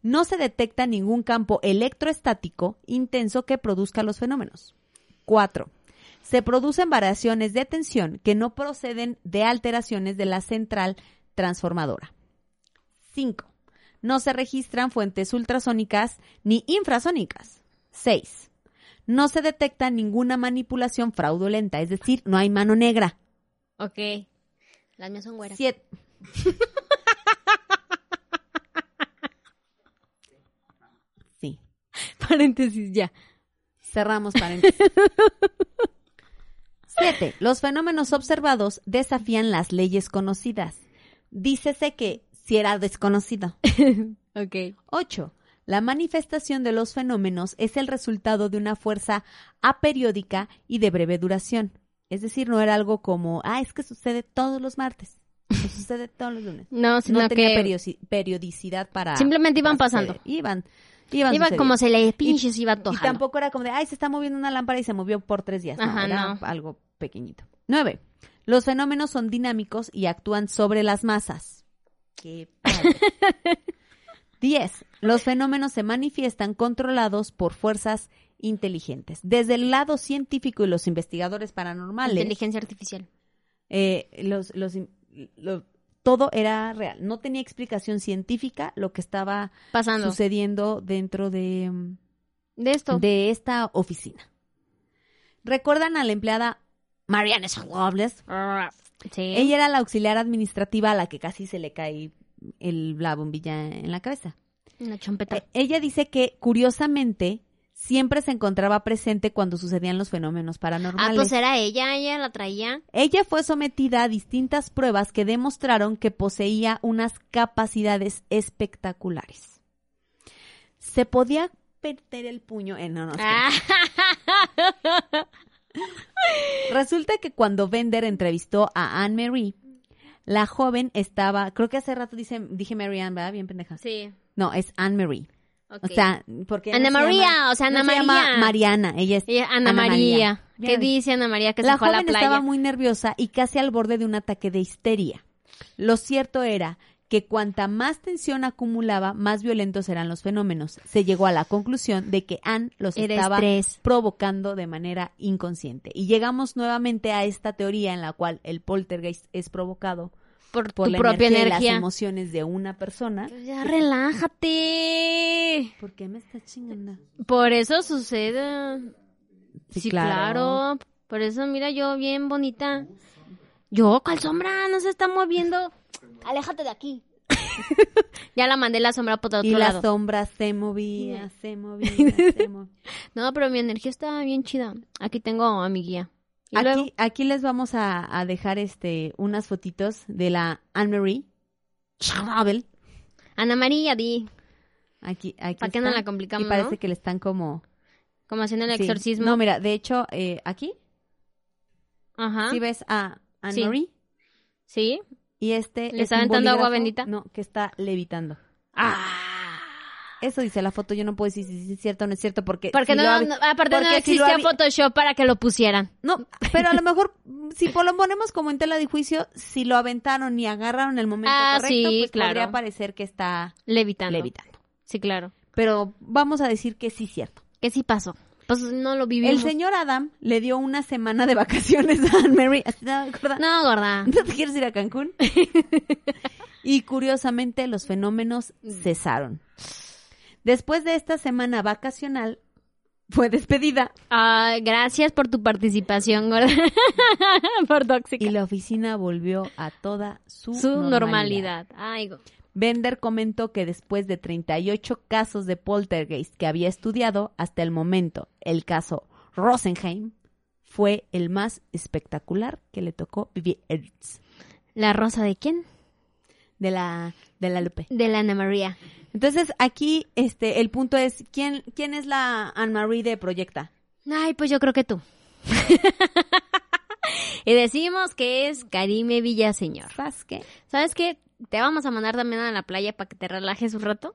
[SPEAKER 1] No se detecta ningún campo electroestático intenso que produzca los fenómenos. 4. Se producen variaciones de tensión que no proceden de alteraciones de la central transformadora. 5. No se registran fuentes ultrasónicas ni infrasónicas. 6. No se detecta ninguna manipulación fraudulenta, es decir, no hay mano negra.
[SPEAKER 2] Ok. Las mías son güeras.
[SPEAKER 1] Siete. Sí.
[SPEAKER 2] Paréntesis ya.
[SPEAKER 1] Cerramos paréntesis. Siete. Los fenómenos observados desafían las leyes conocidas. Dícese que si era desconocido.
[SPEAKER 2] Ok.
[SPEAKER 1] 8. La manifestación de los fenómenos es el resultado de una fuerza aperiódica y de breve duración. Es decir, no era algo como, ah, es que sucede todos los martes, o sucede todos los lunes.
[SPEAKER 2] No, sino
[SPEAKER 1] no tenía
[SPEAKER 2] que
[SPEAKER 1] periosi- periodicidad para...
[SPEAKER 2] Simplemente iban
[SPEAKER 1] para
[SPEAKER 2] pasando.
[SPEAKER 1] suceder. Iban, iban
[SPEAKER 2] iba
[SPEAKER 1] sucediendo.
[SPEAKER 2] como se le
[SPEAKER 1] Y-
[SPEAKER 2] pinches iba
[SPEAKER 1] Y
[SPEAKER 2] tojando.
[SPEAKER 1] tampoco era como de, ay, se está moviendo una lámpara y se movió por tres días. No,
[SPEAKER 2] Ajá,
[SPEAKER 1] era
[SPEAKER 2] no.
[SPEAKER 1] algo pequeñito. 9. Los fenómenos son dinámicos y actúan sobre las masas. Qué padre. 10. Los fenómenos se manifiestan controlados por fuerzas inteligentes. Desde el lado científico y los investigadores paranormales,
[SPEAKER 2] Inteligencia artificial.
[SPEAKER 1] eh, los, los in- lo- todo era real. No tenía explicación científica lo que estaba
[SPEAKER 2] Pasando.
[SPEAKER 1] sucediendo dentro de, mm,
[SPEAKER 2] de esto.
[SPEAKER 1] de esta oficina. ¿Recuerdan a la empleada Mariana Robles?
[SPEAKER 2] Sí.
[SPEAKER 1] Ella era la auxiliar administrativa a la que casi se le cae el, la bombilla en la cabeza.
[SPEAKER 2] Una chompeta.
[SPEAKER 1] E- Ella dice que, curiosamente, siempre se encontraba presente cuando sucedían los fenómenos
[SPEAKER 2] ah,
[SPEAKER 1] paranormales.
[SPEAKER 2] pues era ella, ella la traía.
[SPEAKER 1] Ella fue sometida a distintas pruebas que demostraron que poseía unas capacidades espectaculares. Se podía perder el puño en... No, no, espera.
[SPEAKER 2] Ah,
[SPEAKER 1] Resulta que cuando Bender entrevistó a Anne Marie, la joven estaba, creo que hace rato dice, dije Mary Ann, ¿verdad? Bien pendeja.
[SPEAKER 2] sí.
[SPEAKER 1] No, es Anne Marie.
[SPEAKER 2] ok.
[SPEAKER 1] O sea, porque no
[SPEAKER 2] Ana
[SPEAKER 1] se llama-
[SPEAKER 2] María, o sea,
[SPEAKER 1] no
[SPEAKER 2] Ana
[SPEAKER 1] se llama
[SPEAKER 2] María.
[SPEAKER 1] Mariana, ella es
[SPEAKER 2] Ella- Ana,
[SPEAKER 1] Ana
[SPEAKER 2] María.
[SPEAKER 1] María.
[SPEAKER 2] ¿Qué
[SPEAKER 1] Bien.
[SPEAKER 2] dice Ana María que
[SPEAKER 1] la
[SPEAKER 2] se fue a la
[SPEAKER 1] joven
[SPEAKER 2] playa?
[SPEAKER 1] estaba muy nerviosa y casi al borde de un ataque de histeria. Lo cierto era que cuanta más tensión acumulaba, más violentos eran los fenómenos. Se llegó a la conclusión de que Anne los
[SPEAKER 2] Era
[SPEAKER 1] estaba
[SPEAKER 2] estrés.
[SPEAKER 1] provocando de manera inconsciente. Y llegamos nuevamente a esta teoría en la cual el poltergeist es provocado
[SPEAKER 2] por,
[SPEAKER 1] por
[SPEAKER 2] tu
[SPEAKER 1] la
[SPEAKER 2] propia
[SPEAKER 1] energía y
[SPEAKER 2] energía.
[SPEAKER 1] las emociones de una persona.
[SPEAKER 2] Pues ya relájate.
[SPEAKER 1] ¿Por qué me estás chingando?
[SPEAKER 2] Por eso sucede. Sí,
[SPEAKER 1] Sí,
[SPEAKER 2] claro.
[SPEAKER 1] claro.
[SPEAKER 2] Por eso, mira, yo bien bonita. Yo, ¿cuál sombra? No se está moviendo. Aléjate de aquí. ya la mandé la sombra por otro
[SPEAKER 1] Y la
[SPEAKER 2] lado.
[SPEAKER 1] sombra se movía, se movía, se movía.
[SPEAKER 2] no, pero mi energía está bien chida. Aquí tengo a mi guía. Y luego,
[SPEAKER 1] Aquí, aquí les vamos a, a dejar este unas fotitos de la Anne-Marie Schnabel.
[SPEAKER 2] Ana María, di.
[SPEAKER 1] Aquí, aquí
[SPEAKER 2] ¿Para qué no
[SPEAKER 1] está.
[SPEAKER 2] la complicamos,
[SPEAKER 1] Y parece
[SPEAKER 2] no?
[SPEAKER 1] que le están como...
[SPEAKER 2] Como haciendo el
[SPEAKER 1] sí.
[SPEAKER 2] exorcismo.
[SPEAKER 1] No, mira, de hecho, eh, aquí
[SPEAKER 2] Ajá.
[SPEAKER 1] sí ves a
[SPEAKER 2] ¿Ah? Sí.
[SPEAKER 1] Anne-Marie
[SPEAKER 2] Sí.
[SPEAKER 1] y este...
[SPEAKER 2] ¿Le
[SPEAKER 1] es
[SPEAKER 2] está
[SPEAKER 1] un
[SPEAKER 2] aventando agua
[SPEAKER 1] bolígrafo-
[SPEAKER 2] bendita?
[SPEAKER 1] No, que está levitando.
[SPEAKER 2] Ah.
[SPEAKER 1] Eso dice la foto, yo no puedo decir si es cierto o no es cierto porque...
[SPEAKER 2] Porque
[SPEAKER 1] si lo
[SPEAKER 2] no,
[SPEAKER 1] hab-
[SPEAKER 2] no- aparte
[SPEAKER 1] porque
[SPEAKER 2] no
[SPEAKER 1] si lo
[SPEAKER 2] existía
[SPEAKER 1] habi-
[SPEAKER 2] Photoshop para que lo pusieran.
[SPEAKER 1] No, pero a lo mejor si por lo ponemos como en tela de juicio, si lo aventaron y agarraron el momento
[SPEAKER 2] Ah,
[SPEAKER 1] correcto,
[SPEAKER 2] sí,
[SPEAKER 1] pues
[SPEAKER 2] claro.
[SPEAKER 1] podría parecer que está
[SPEAKER 2] Levitando.
[SPEAKER 1] levitando.
[SPEAKER 2] Sí, claro.
[SPEAKER 1] Pero vamos a decir que sí es cierto.
[SPEAKER 2] Que sí pasó. Pues no lo
[SPEAKER 1] El
[SPEAKER 2] vivimos.
[SPEAKER 1] señor Adam le dio una semana de vacaciones a Anne Mary. ¿No gorda?
[SPEAKER 2] No, gorda.
[SPEAKER 1] ¿No te quieres ir a Cancún? y curiosamente los fenómenos cesaron. Después de esta semana vacacional, fue despedida
[SPEAKER 2] Ay, gracias por tu participación, gorda. por tóxica.
[SPEAKER 1] y la oficina volvió a toda su,
[SPEAKER 2] Su
[SPEAKER 1] normalidad.
[SPEAKER 2] normalidad. Ay, go-
[SPEAKER 1] Bender comentó que después de 38 casos de poltergeist que había estudiado hasta el momento, el caso Rosenheim fue el más espectacular que le tocó vivir
[SPEAKER 2] ¿La rosa de quién?
[SPEAKER 1] de la de la Lupe.
[SPEAKER 2] De la Ana María.
[SPEAKER 1] Entonces, aquí este el punto es quién quién es la Anne Marie de Proyecta?
[SPEAKER 2] Ay, pues yo creo que tú. y decimos que es Karime Villaseñor.
[SPEAKER 1] ¿Sabes qué?
[SPEAKER 2] ¿Sabes qué? Te vamos a mandar también a la playa para que te relajes un rato.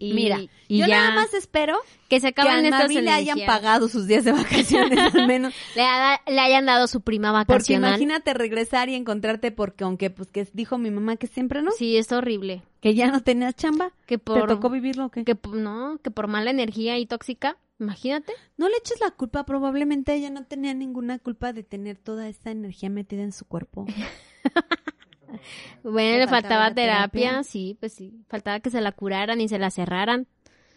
[SPEAKER 2] Y,
[SPEAKER 1] Mira,
[SPEAKER 2] y
[SPEAKER 1] yo
[SPEAKER 2] ya
[SPEAKER 1] nada más espero
[SPEAKER 2] que se
[SPEAKER 1] que
[SPEAKER 2] acaben
[SPEAKER 1] a
[SPEAKER 2] estas
[SPEAKER 1] Marie le hayan
[SPEAKER 2] energías.
[SPEAKER 1] pagado sus días de vacaciones al menos.
[SPEAKER 2] Le, ha- le hayan dado su prima
[SPEAKER 1] Porque
[SPEAKER 2] vacacional.
[SPEAKER 1] imagínate regresar y encontrarte porque aunque pues que dijo mi mamá que siempre no,
[SPEAKER 2] Sí, es horrible.
[SPEAKER 1] que ya no tenías chamba.
[SPEAKER 2] Que por,
[SPEAKER 1] ¿Te tocó vivirlo o qué?
[SPEAKER 2] que por- no, que por mala energía y tóxica, imagínate.
[SPEAKER 1] No le eches la culpa, probablemente ella no tenía ninguna culpa de tener toda esta energía metida en su cuerpo.
[SPEAKER 2] Bueno,
[SPEAKER 1] Le
[SPEAKER 2] le
[SPEAKER 1] faltaba
[SPEAKER 2] faltaba
[SPEAKER 1] la
[SPEAKER 2] terapia,
[SPEAKER 1] terapia.
[SPEAKER 2] sí, pues sí, faltaba que se la curaran y se la cerraran.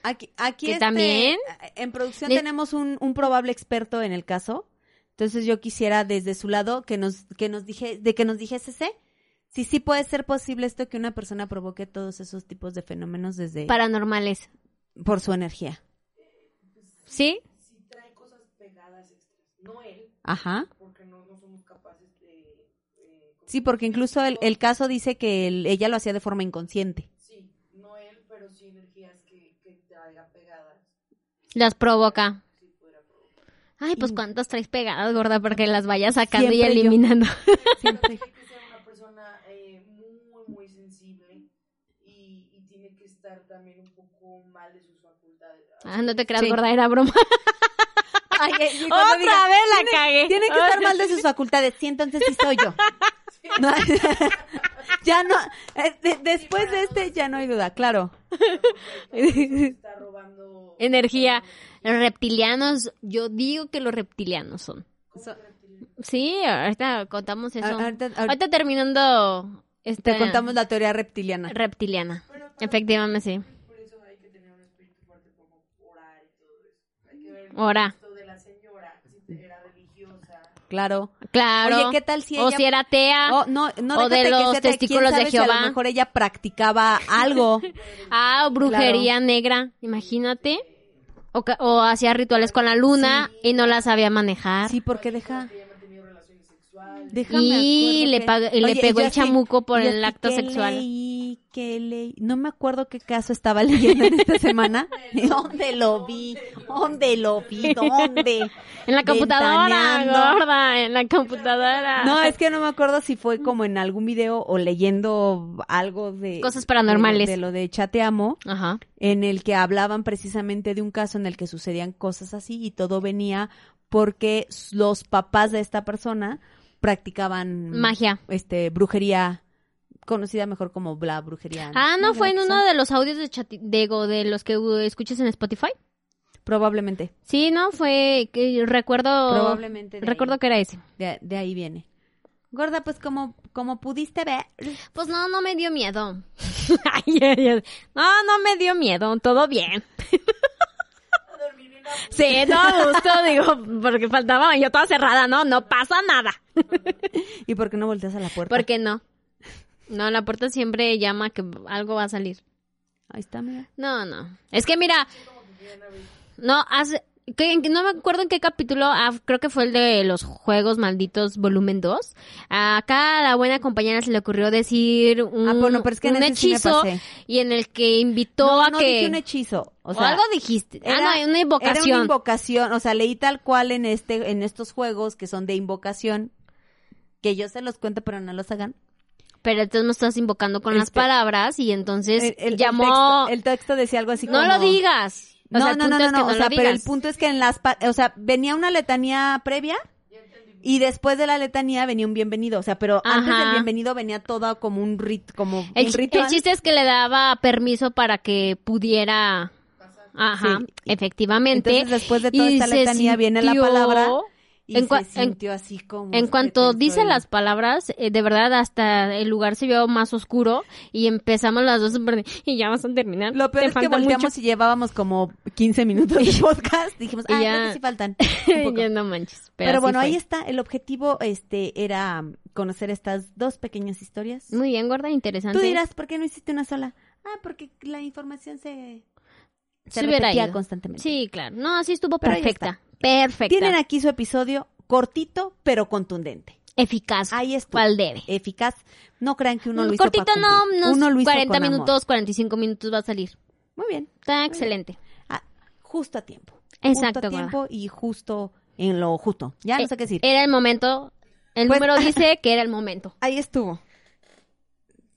[SPEAKER 1] Aquí, aquí
[SPEAKER 2] Que
[SPEAKER 1] este,
[SPEAKER 2] también-
[SPEAKER 1] en producción
[SPEAKER 2] Le-
[SPEAKER 1] tenemos un, un probable experto en el caso. Entonces yo quisiera desde su lado que nos, que nos dije, de que nos dijese ¿sí? si sí puede ser posible esto que una persona provoque todos esos tipos de fenómenos desde
[SPEAKER 2] Paranormales,
[SPEAKER 1] por su energía.
[SPEAKER 2] ¿sí?
[SPEAKER 1] Ajá.
[SPEAKER 3] eh,
[SPEAKER 1] Sí, porque incluso el, el caso dice que él- ella lo hacía de forma inconsciente.
[SPEAKER 3] Sí, no él, pero sí energías que, que traiga pegadas.
[SPEAKER 2] Las provoca. Ay, pues cuántas traes pegadas, gorda, porque las vayas sacando y
[SPEAKER 1] Siempre yo.
[SPEAKER 2] eliminando.
[SPEAKER 1] Siempre.
[SPEAKER 3] Tiene que ser una persona eh, muy, muy sensible y, y tiene que estar también un poco mal de sus facultades.
[SPEAKER 2] Ah, no te creas,
[SPEAKER 1] Sí.
[SPEAKER 2] gorda, era broma.
[SPEAKER 1] Ay, eh, y cuando
[SPEAKER 2] Otra
[SPEAKER 1] diga,
[SPEAKER 2] vez la cagué.
[SPEAKER 1] Tiene que estar mal de sus facultades. Sí, entonces sí soy yo. No, ya no. eh, de- después de este ya no hay duda, claro.
[SPEAKER 3] Está robando
[SPEAKER 2] Energía. Los reptilianos, yo digo que los reptilianos son.
[SPEAKER 1] So-
[SPEAKER 2] Sí, ahorita contamos eso.
[SPEAKER 1] ahor-
[SPEAKER 2] Ahorita,
[SPEAKER 1] ahorita-
[SPEAKER 2] terminando esta
[SPEAKER 1] Te contamos la teoría reptiliana.
[SPEAKER 2] reptiliana. Efectivamente, sí.
[SPEAKER 3] por eso hay que tener un espíritu fuerte como orar y todo eso. Hay que ver el
[SPEAKER 2] Ora.
[SPEAKER 3] contexto de la señora, si te- era religiosa.
[SPEAKER 1] Claro.
[SPEAKER 2] Claro.
[SPEAKER 1] Oye, ¿qué tal si
[SPEAKER 2] O
[SPEAKER 1] ella-
[SPEAKER 2] si era atea.
[SPEAKER 1] Oh, no, no
[SPEAKER 2] Ah. o de
[SPEAKER 1] déjate que sea
[SPEAKER 2] los
[SPEAKER 1] atea. ¿Quién
[SPEAKER 2] testículos de
[SPEAKER 1] sabe si a
[SPEAKER 2] Jehová.
[SPEAKER 1] lo mejor ella practicaba algo.
[SPEAKER 2] Ah, o brujería negra, imagínate. O, ca- o hacía rituales con la luna y no la sabía manejar.
[SPEAKER 1] Sí, porque deja.
[SPEAKER 2] Ah. Y le
[SPEAKER 1] pagó
[SPEAKER 2] pag- y le pegó el chamuco por el acto sexual.
[SPEAKER 1] No me acuerdo qué caso estaba leyendo en esta semana. ¿Dónde lo vi? ¿Dónde lo vi? ¿Dónde?
[SPEAKER 2] En la computadora,
[SPEAKER 1] Ventaneando.
[SPEAKER 2] gorda, en la computadora.
[SPEAKER 1] No, es que no me acuerdo si fue como en algún video o leyendo algo de...
[SPEAKER 2] Cosas paranormales.
[SPEAKER 1] De, de lo de Chateamo,
[SPEAKER 2] Ajá.
[SPEAKER 1] en el que hablaban precisamente de un caso en el que sucedían cosas así y todo venía porque s- los papás de esta persona practicaban...
[SPEAKER 2] Magia.
[SPEAKER 1] Este, brujería, conocida mejor como la brujería.
[SPEAKER 2] Ah, no,
[SPEAKER 1] negra,
[SPEAKER 2] fue en
[SPEAKER 1] quizá.
[SPEAKER 2] uno de los audios de, chati- de, go- de los que uh, escuchas en Spotify.
[SPEAKER 1] Probablemente,
[SPEAKER 2] Sí, no, fue que recuerdo
[SPEAKER 1] Probablemente de ahí.
[SPEAKER 2] recuerdo Oh, que era ese.
[SPEAKER 1] de, de ahí viene. Gorda, pues como, como pudiste ver,
[SPEAKER 2] Pues no, no me dio miedo. Ay, ay, ay. no, no me dio miedo, todo bien.
[SPEAKER 3] A dormir bien a gusto.
[SPEAKER 2] Sí, todo a gusto, digo, porque faltaba yo toda cerrada, no, no pasa nada.
[SPEAKER 1] ¿y por qué no volteas a la puerta?
[SPEAKER 2] ¿Por qué no? No, la puerta siempre llama que algo va a salir.
[SPEAKER 1] Ahí está, mira.
[SPEAKER 2] No, no. Es que mira, no hace que, que no me acuerdo en qué capítulo, ah, creo que fue el de los juegos malditos volumen 2. Acá a la buena compañera se le ocurrió decir un,
[SPEAKER 1] Ah, bueno, pero es que en
[SPEAKER 2] un
[SPEAKER 1] ese sí me
[SPEAKER 2] hechizo
[SPEAKER 1] pasé.
[SPEAKER 2] y en el que invitó
[SPEAKER 1] no,
[SPEAKER 2] a
[SPEAKER 1] no
[SPEAKER 2] que
[SPEAKER 1] dije un hechizo. O,
[SPEAKER 2] o
[SPEAKER 1] sea,
[SPEAKER 2] algo dijiste. ah, no,
[SPEAKER 1] era-
[SPEAKER 2] una invocación.
[SPEAKER 1] Era una invocación, o sea, leí tal cual en este, en estos juegos que son de invocación, que yo se los cuento, pero no los hagan.
[SPEAKER 2] pero entonces me estás invocando con las
[SPEAKER 1] Este-
[SPEAKER 2] palabras y entonces
[SPEAKER 1] el, el- el
[SPEAKER 2] llamó
[SPEAKER 1] texto, el texto decía algo así
[SPEAKER 2] No
[SPEAKER 1] como...
[SPEAKER 2] lo digas. O
[SPEAKER 1] No,
[SPEAKER 2] sea, el
[SPEAKER 1] no, no,
[SPEAKER 2] punto
[SPEAKER 1] no,
[SPEAKER 2] es que
[SPEAKER 1] no, o
[SPEAKER 2] lo
[SPEAKER 1] sea, pero el
[SPEAKER 2] digas.
[SPEAKER 1] punto es que en las, pa- o sea, venía una letanía previa y después de la letanía venía un bienvenido, o sea, pero antes
[SPEAKER 2] Ajá.
[SPEAKER 1] del bienvenido venía todo como un rit, como
[SPEAKER 2] El,
[SPEAKER 1] un
[SPEAKER 2] chi-
[SPEAKER 1] ritual.
[SPEAKER 2] el chiste es que le daba permiso para que pudiera. Ajá,
[SPEAKER 1] Sí.
[SPEAKER 2] efectivamente.
[SPEAKER 1] Entonces, después de toda
[SPEAKER 2] Y
[SPEAKER 1] esta
[SPEAKER 2] se
[SPEAKER 1] letanía viene la palabra y
[SPEAKER 2] en cua-
[SPEAKER 1] se
[SPEAKER 2] en-
[SPEAKER 1] sintió así como
[SPEAKER 2] En
[SPEAKER 1] este
[SPEAKER 2] cuanto
[SPEAKER 1] tenso
[SPEAKER 2] dice
[SPEAKER 1] y-
[SPEAKER 2] las palabras, eh, de verdad hasta el lugar se vio más oscuro y empezamos las dos súper de, y ya vamos a terminar.
[SPEAKER 1] Lo peor
[SPEAKER 2] te
[SPEAKER 1] es que
[SPEAKER 2] falta
[SPEAKER 1] volteamos
[SPEAKER 2] mucho".
[SPEAKER 1] y llevábamos como 15 minutos de podcast. Dijimos,
[SPEAKER 2] Y
[SPEAKER 1] ah,
[SPEAKER 2] ya-
[SPEAKER 1] creo que sí faltan. un poco".
[SPEAKER 2] Ya no manches. Pero,
[SPEAKER 1] Pero
[SPEAKER 2] así
[SPEAKER 1] bueno,
[SPEAKER 2] fue.
[SPEAKER 1] ahí está. El objetivo este era um, conocer estas dos pequeñas historias.
[SPEAKER 2] Muy bien, gorda, interesante.
[SPEAKER 1] Tú dirás, ¿por qué no hiciste una sola? Ah, porque la información se, se
[SPEAKER 2] Se hubiera
[SPEAKER 1] repetía
[SPEAKER 2] ido.
[SPEAKER 1] constantemente.
[SPEAKER 2] Sí, claro. No, así estuvo
[SPEAKER 1] Pero ahí
[SPEAKER 2] perfecta. Perfecta.
[SPEAKER 1] Tienen aquí su episodio cortito, pero contundente.
[SPEAKER 2] Eficaz.
[SPEAKER 1] Ahí estuvo.
[SPEAKER 2] ¿Cuál debe?
[SPEAKER 1] Eficaz. No crean que uno lo hizo
[SPEAKER 2] Mm, Cortito,
[SPEAKER 1] pa'
[SPEAKER 2] no,
[SPEAKER 1] cumplir.
[SPEAKER 2] unos
[SPEAKER 1] Uno lo hizo
[SPEAKER 2] 40
[SPEAKER 1] con amor.
[SPEAKER 2] minutos, 45 minutos va a salir.
[SPEAKER 1] Muy bien.
[SPEAKER 2] Está excelente.
[SPEAKER 1] Ah, justo a tiempo. Justo
[SPEAKER 2] Exacto,
[SPEAKER 1] a
[SPEAKER 2] gorda.
[SPEAKER 1] tiempo y justo en lo justo. Ya no sé qué decir.
[SPEAKER 2] Eh, Era el momento. El
[SPEAKER 1] Pues-
[SPEAKER 2] número dice que era el momento.
[SPEAKER 1] Ahí estuvo.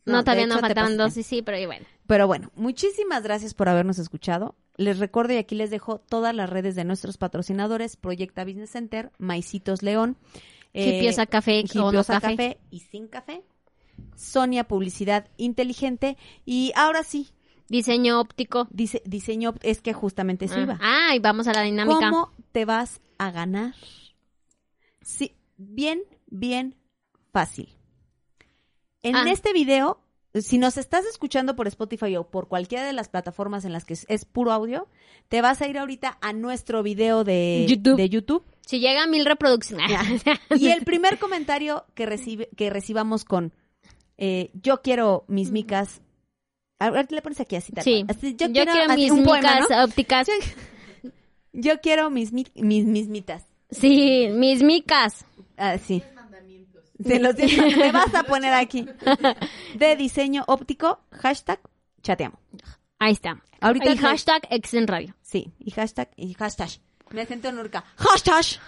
[SPEAKER 2] No,
[SPEAKER 1] de
[SPEAKER 2] todavía
[SPEAKER 1] hecho,
[SPEAKER 2] nos
[SPEAKER 1] te
[SPEAKER 2] faltaban
[SPEAKER 1] pasaste.
[SPEAKER 2] dos, sí, sí, pero y bueno.
[SPEAKER 1] Pero bueno, muchísimas gracias por habernos escuchado. Les recuerdo y aquí les dejo todas las redes de nuestros patrocinadores, Proyecta Business Center, Maicitos León, eh,
[SPEAKER 2] Hipiosa Café o no
[SPEAKER 1] Hipiosa
[SPEAKER 2] café.
[SPEAKER 1] Café y Sin Café, Sonia Publicidad Inteligente y ahora sí,
[SPEAKER 2] Diseño óptico.
[SPEAKER 1] dice diseño, es que justamente eso iba.
[SPEAKER 2] Ah, y vamos a la dinámica.
[SPEAKER 1] ¿Cómo te vas a ganar? Sí, bien, bien fácil. En
[SPEAKER 2] Ah.
[SPEAKER 1] este video, si nos estás escuchando por Spotify o por cualquiera de las plataformas en las que es, es puro audio, te vas a ir ahorita a nuestro video de
[SPEAKER 2] YouTube.
[SPEAKER 1] de YouTube.
[SPEAKER 2] Si llega a mil reproducciones.
[SPEAKER 1] Y el primer comentario que, recibe, que recibamos con eh, yo quiero mis micas. A ver, le pones aquí así tal
[SPEAKER 2] Mm. sí.
[SPEAKER 1] cual. Así,
[SPEAKER 2] yo, quiero,
[SPEAKER 1] así,
[SPEAKER 2] mis
[SPEAKER 1] un poema,
[SPEAKER 2] micas
[SPEAKER 1] ¿no?
[SPEAKER 2] ópticas.
[SPEAKER 1] Yo quiero mis, mi- mis mismitas.
[SPEAKER 2] Sí, mis micas.
[SPEAKER 1] Ah, sí. De los diez mandamientos. Te vas a poner aquí. De diseño óptico, hashtag chateamos.
[SPEAKER 2] Ahí está.
[SPEAKER 1] Ahorita
[SPEAKER 2] y
[SPEAKER 1] te-
[SPEAKER 2] hashtag Exen Radio.
[SPEAKER 1] Sí, y hashtag, y hashtag. Me siento nurca. Hashtag.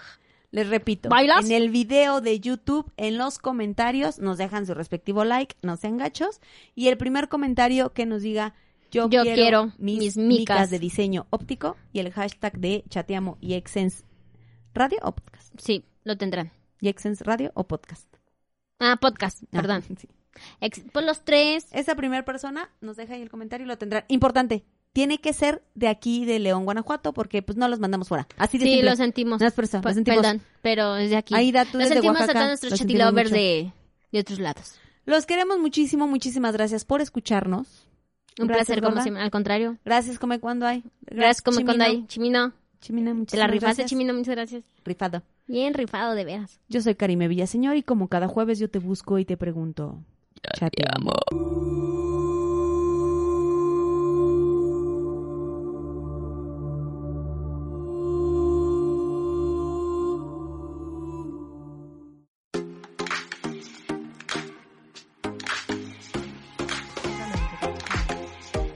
[SPEAKER 1] Les repito.
[SPEAKER 2] ¿Bailas?
[SPEAKER 1] En el video de YouTube, en los comentarios, nos dejan su respectivo like, no sean gachos. Y el primer comentario que nos diga, yo,
[SPEAKER 2] Yo
[SPEAKER 1] quiero,
[SPEAKER 2] quiero
[SPEAKER 1] mis,
[SPEAKER 2] mis
[SPEAKER 1] micas.
[SPEAKER 2] micas.
[SPEAKER 1] de diseño óptico y el hashtag de chateamo y exens radio o podcast.
[SPEAKER 2] Sí, lo tendrán.
[SPEAKER 1] Y exens radio o podcast.
[SPEAKER 2] Ah, podcast,
[SPEAKER 1] Ah,
[SPEAKER 2] perdón.
[SPEAKER 1] sí.
[SPEAKER 2] Ex- pues los tres.
[SPEAKER 1] Esa primera persona nos deja ahí el comentario y lo tendrán. Importante, tiene que ser de aquí, de León, Guanajuato, porque pues no los mandamos fuera. Así de
[SPEAKER 2] Sí,
[SPEAKER 1] simple.
[SPEAKER 2] lo sentimos.
[SPEAKER 1] Las personas,
[SPEAKER 2] Pe-
[SPEAKER 1] lo sentimos.
[SPEAKER 2] Perdón, pero es de aquí.
[SPEAKER 1] Ahí da tú
[SPEAKER 2] lo
[SPEAKER 1] desde
[SPEAKER 2] sentimos a
[SPEAKER 1] Oaxaca,
[SPEAKER 2] todos nuestros
[SPEAKER 1] lo sentimos
[SPEAKER 2] chatilovers
[SPEAKER 1] mucho.
[SPEAKER 2] de, de otros lados.
[SPEAKER 1] Los queremos muchísimo, muchísimas gracias por escucharnos.
[SPEAKER 2] Un
[SPEAKER 1] Gracias,
[SPEAKER 2] placer, como
[SPEAKER 1] gorda.
[SPEAKER 2] siempre. Al contrario.
[SPEAKER 1] Gracias, come cuando hay.
[SPEAKER 2] Gracias, como
[SPEAKER 1] Chimino.
[SPEAKER 2] cuando hay. Chimino,
[SPEAKER 1] Chimina,
[SPEAKER 2] te
[SPEAKER 1] muchísimas
[SPEAKER 2] la rifaste,
[SPEAKER 1] gracias.
[SPEAKER 2] Chimino, muchas gracias.
[SPEAKER 1] Rifado.
[SPEAKER 2] Bien rifado, de veras.
[SPEAKER 1] Yo soy Karime Villaseñor y como cada jueves yo te busco y te pregunto. Chatea.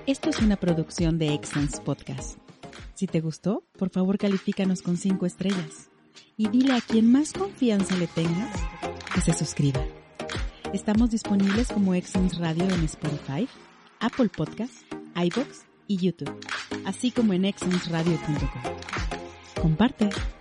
[SPEAKER 4] Esto es una producción de Excellence Podcast. Si te gustó, por favor califícanos con 5 estrellas y dile a quien más confianza le tengas que se suscriba. Estamos disponibles como Excellence Radio en Spotify, Apple Podcasts, iBox y YouTube, así como en excellenceradio.com. Comparte.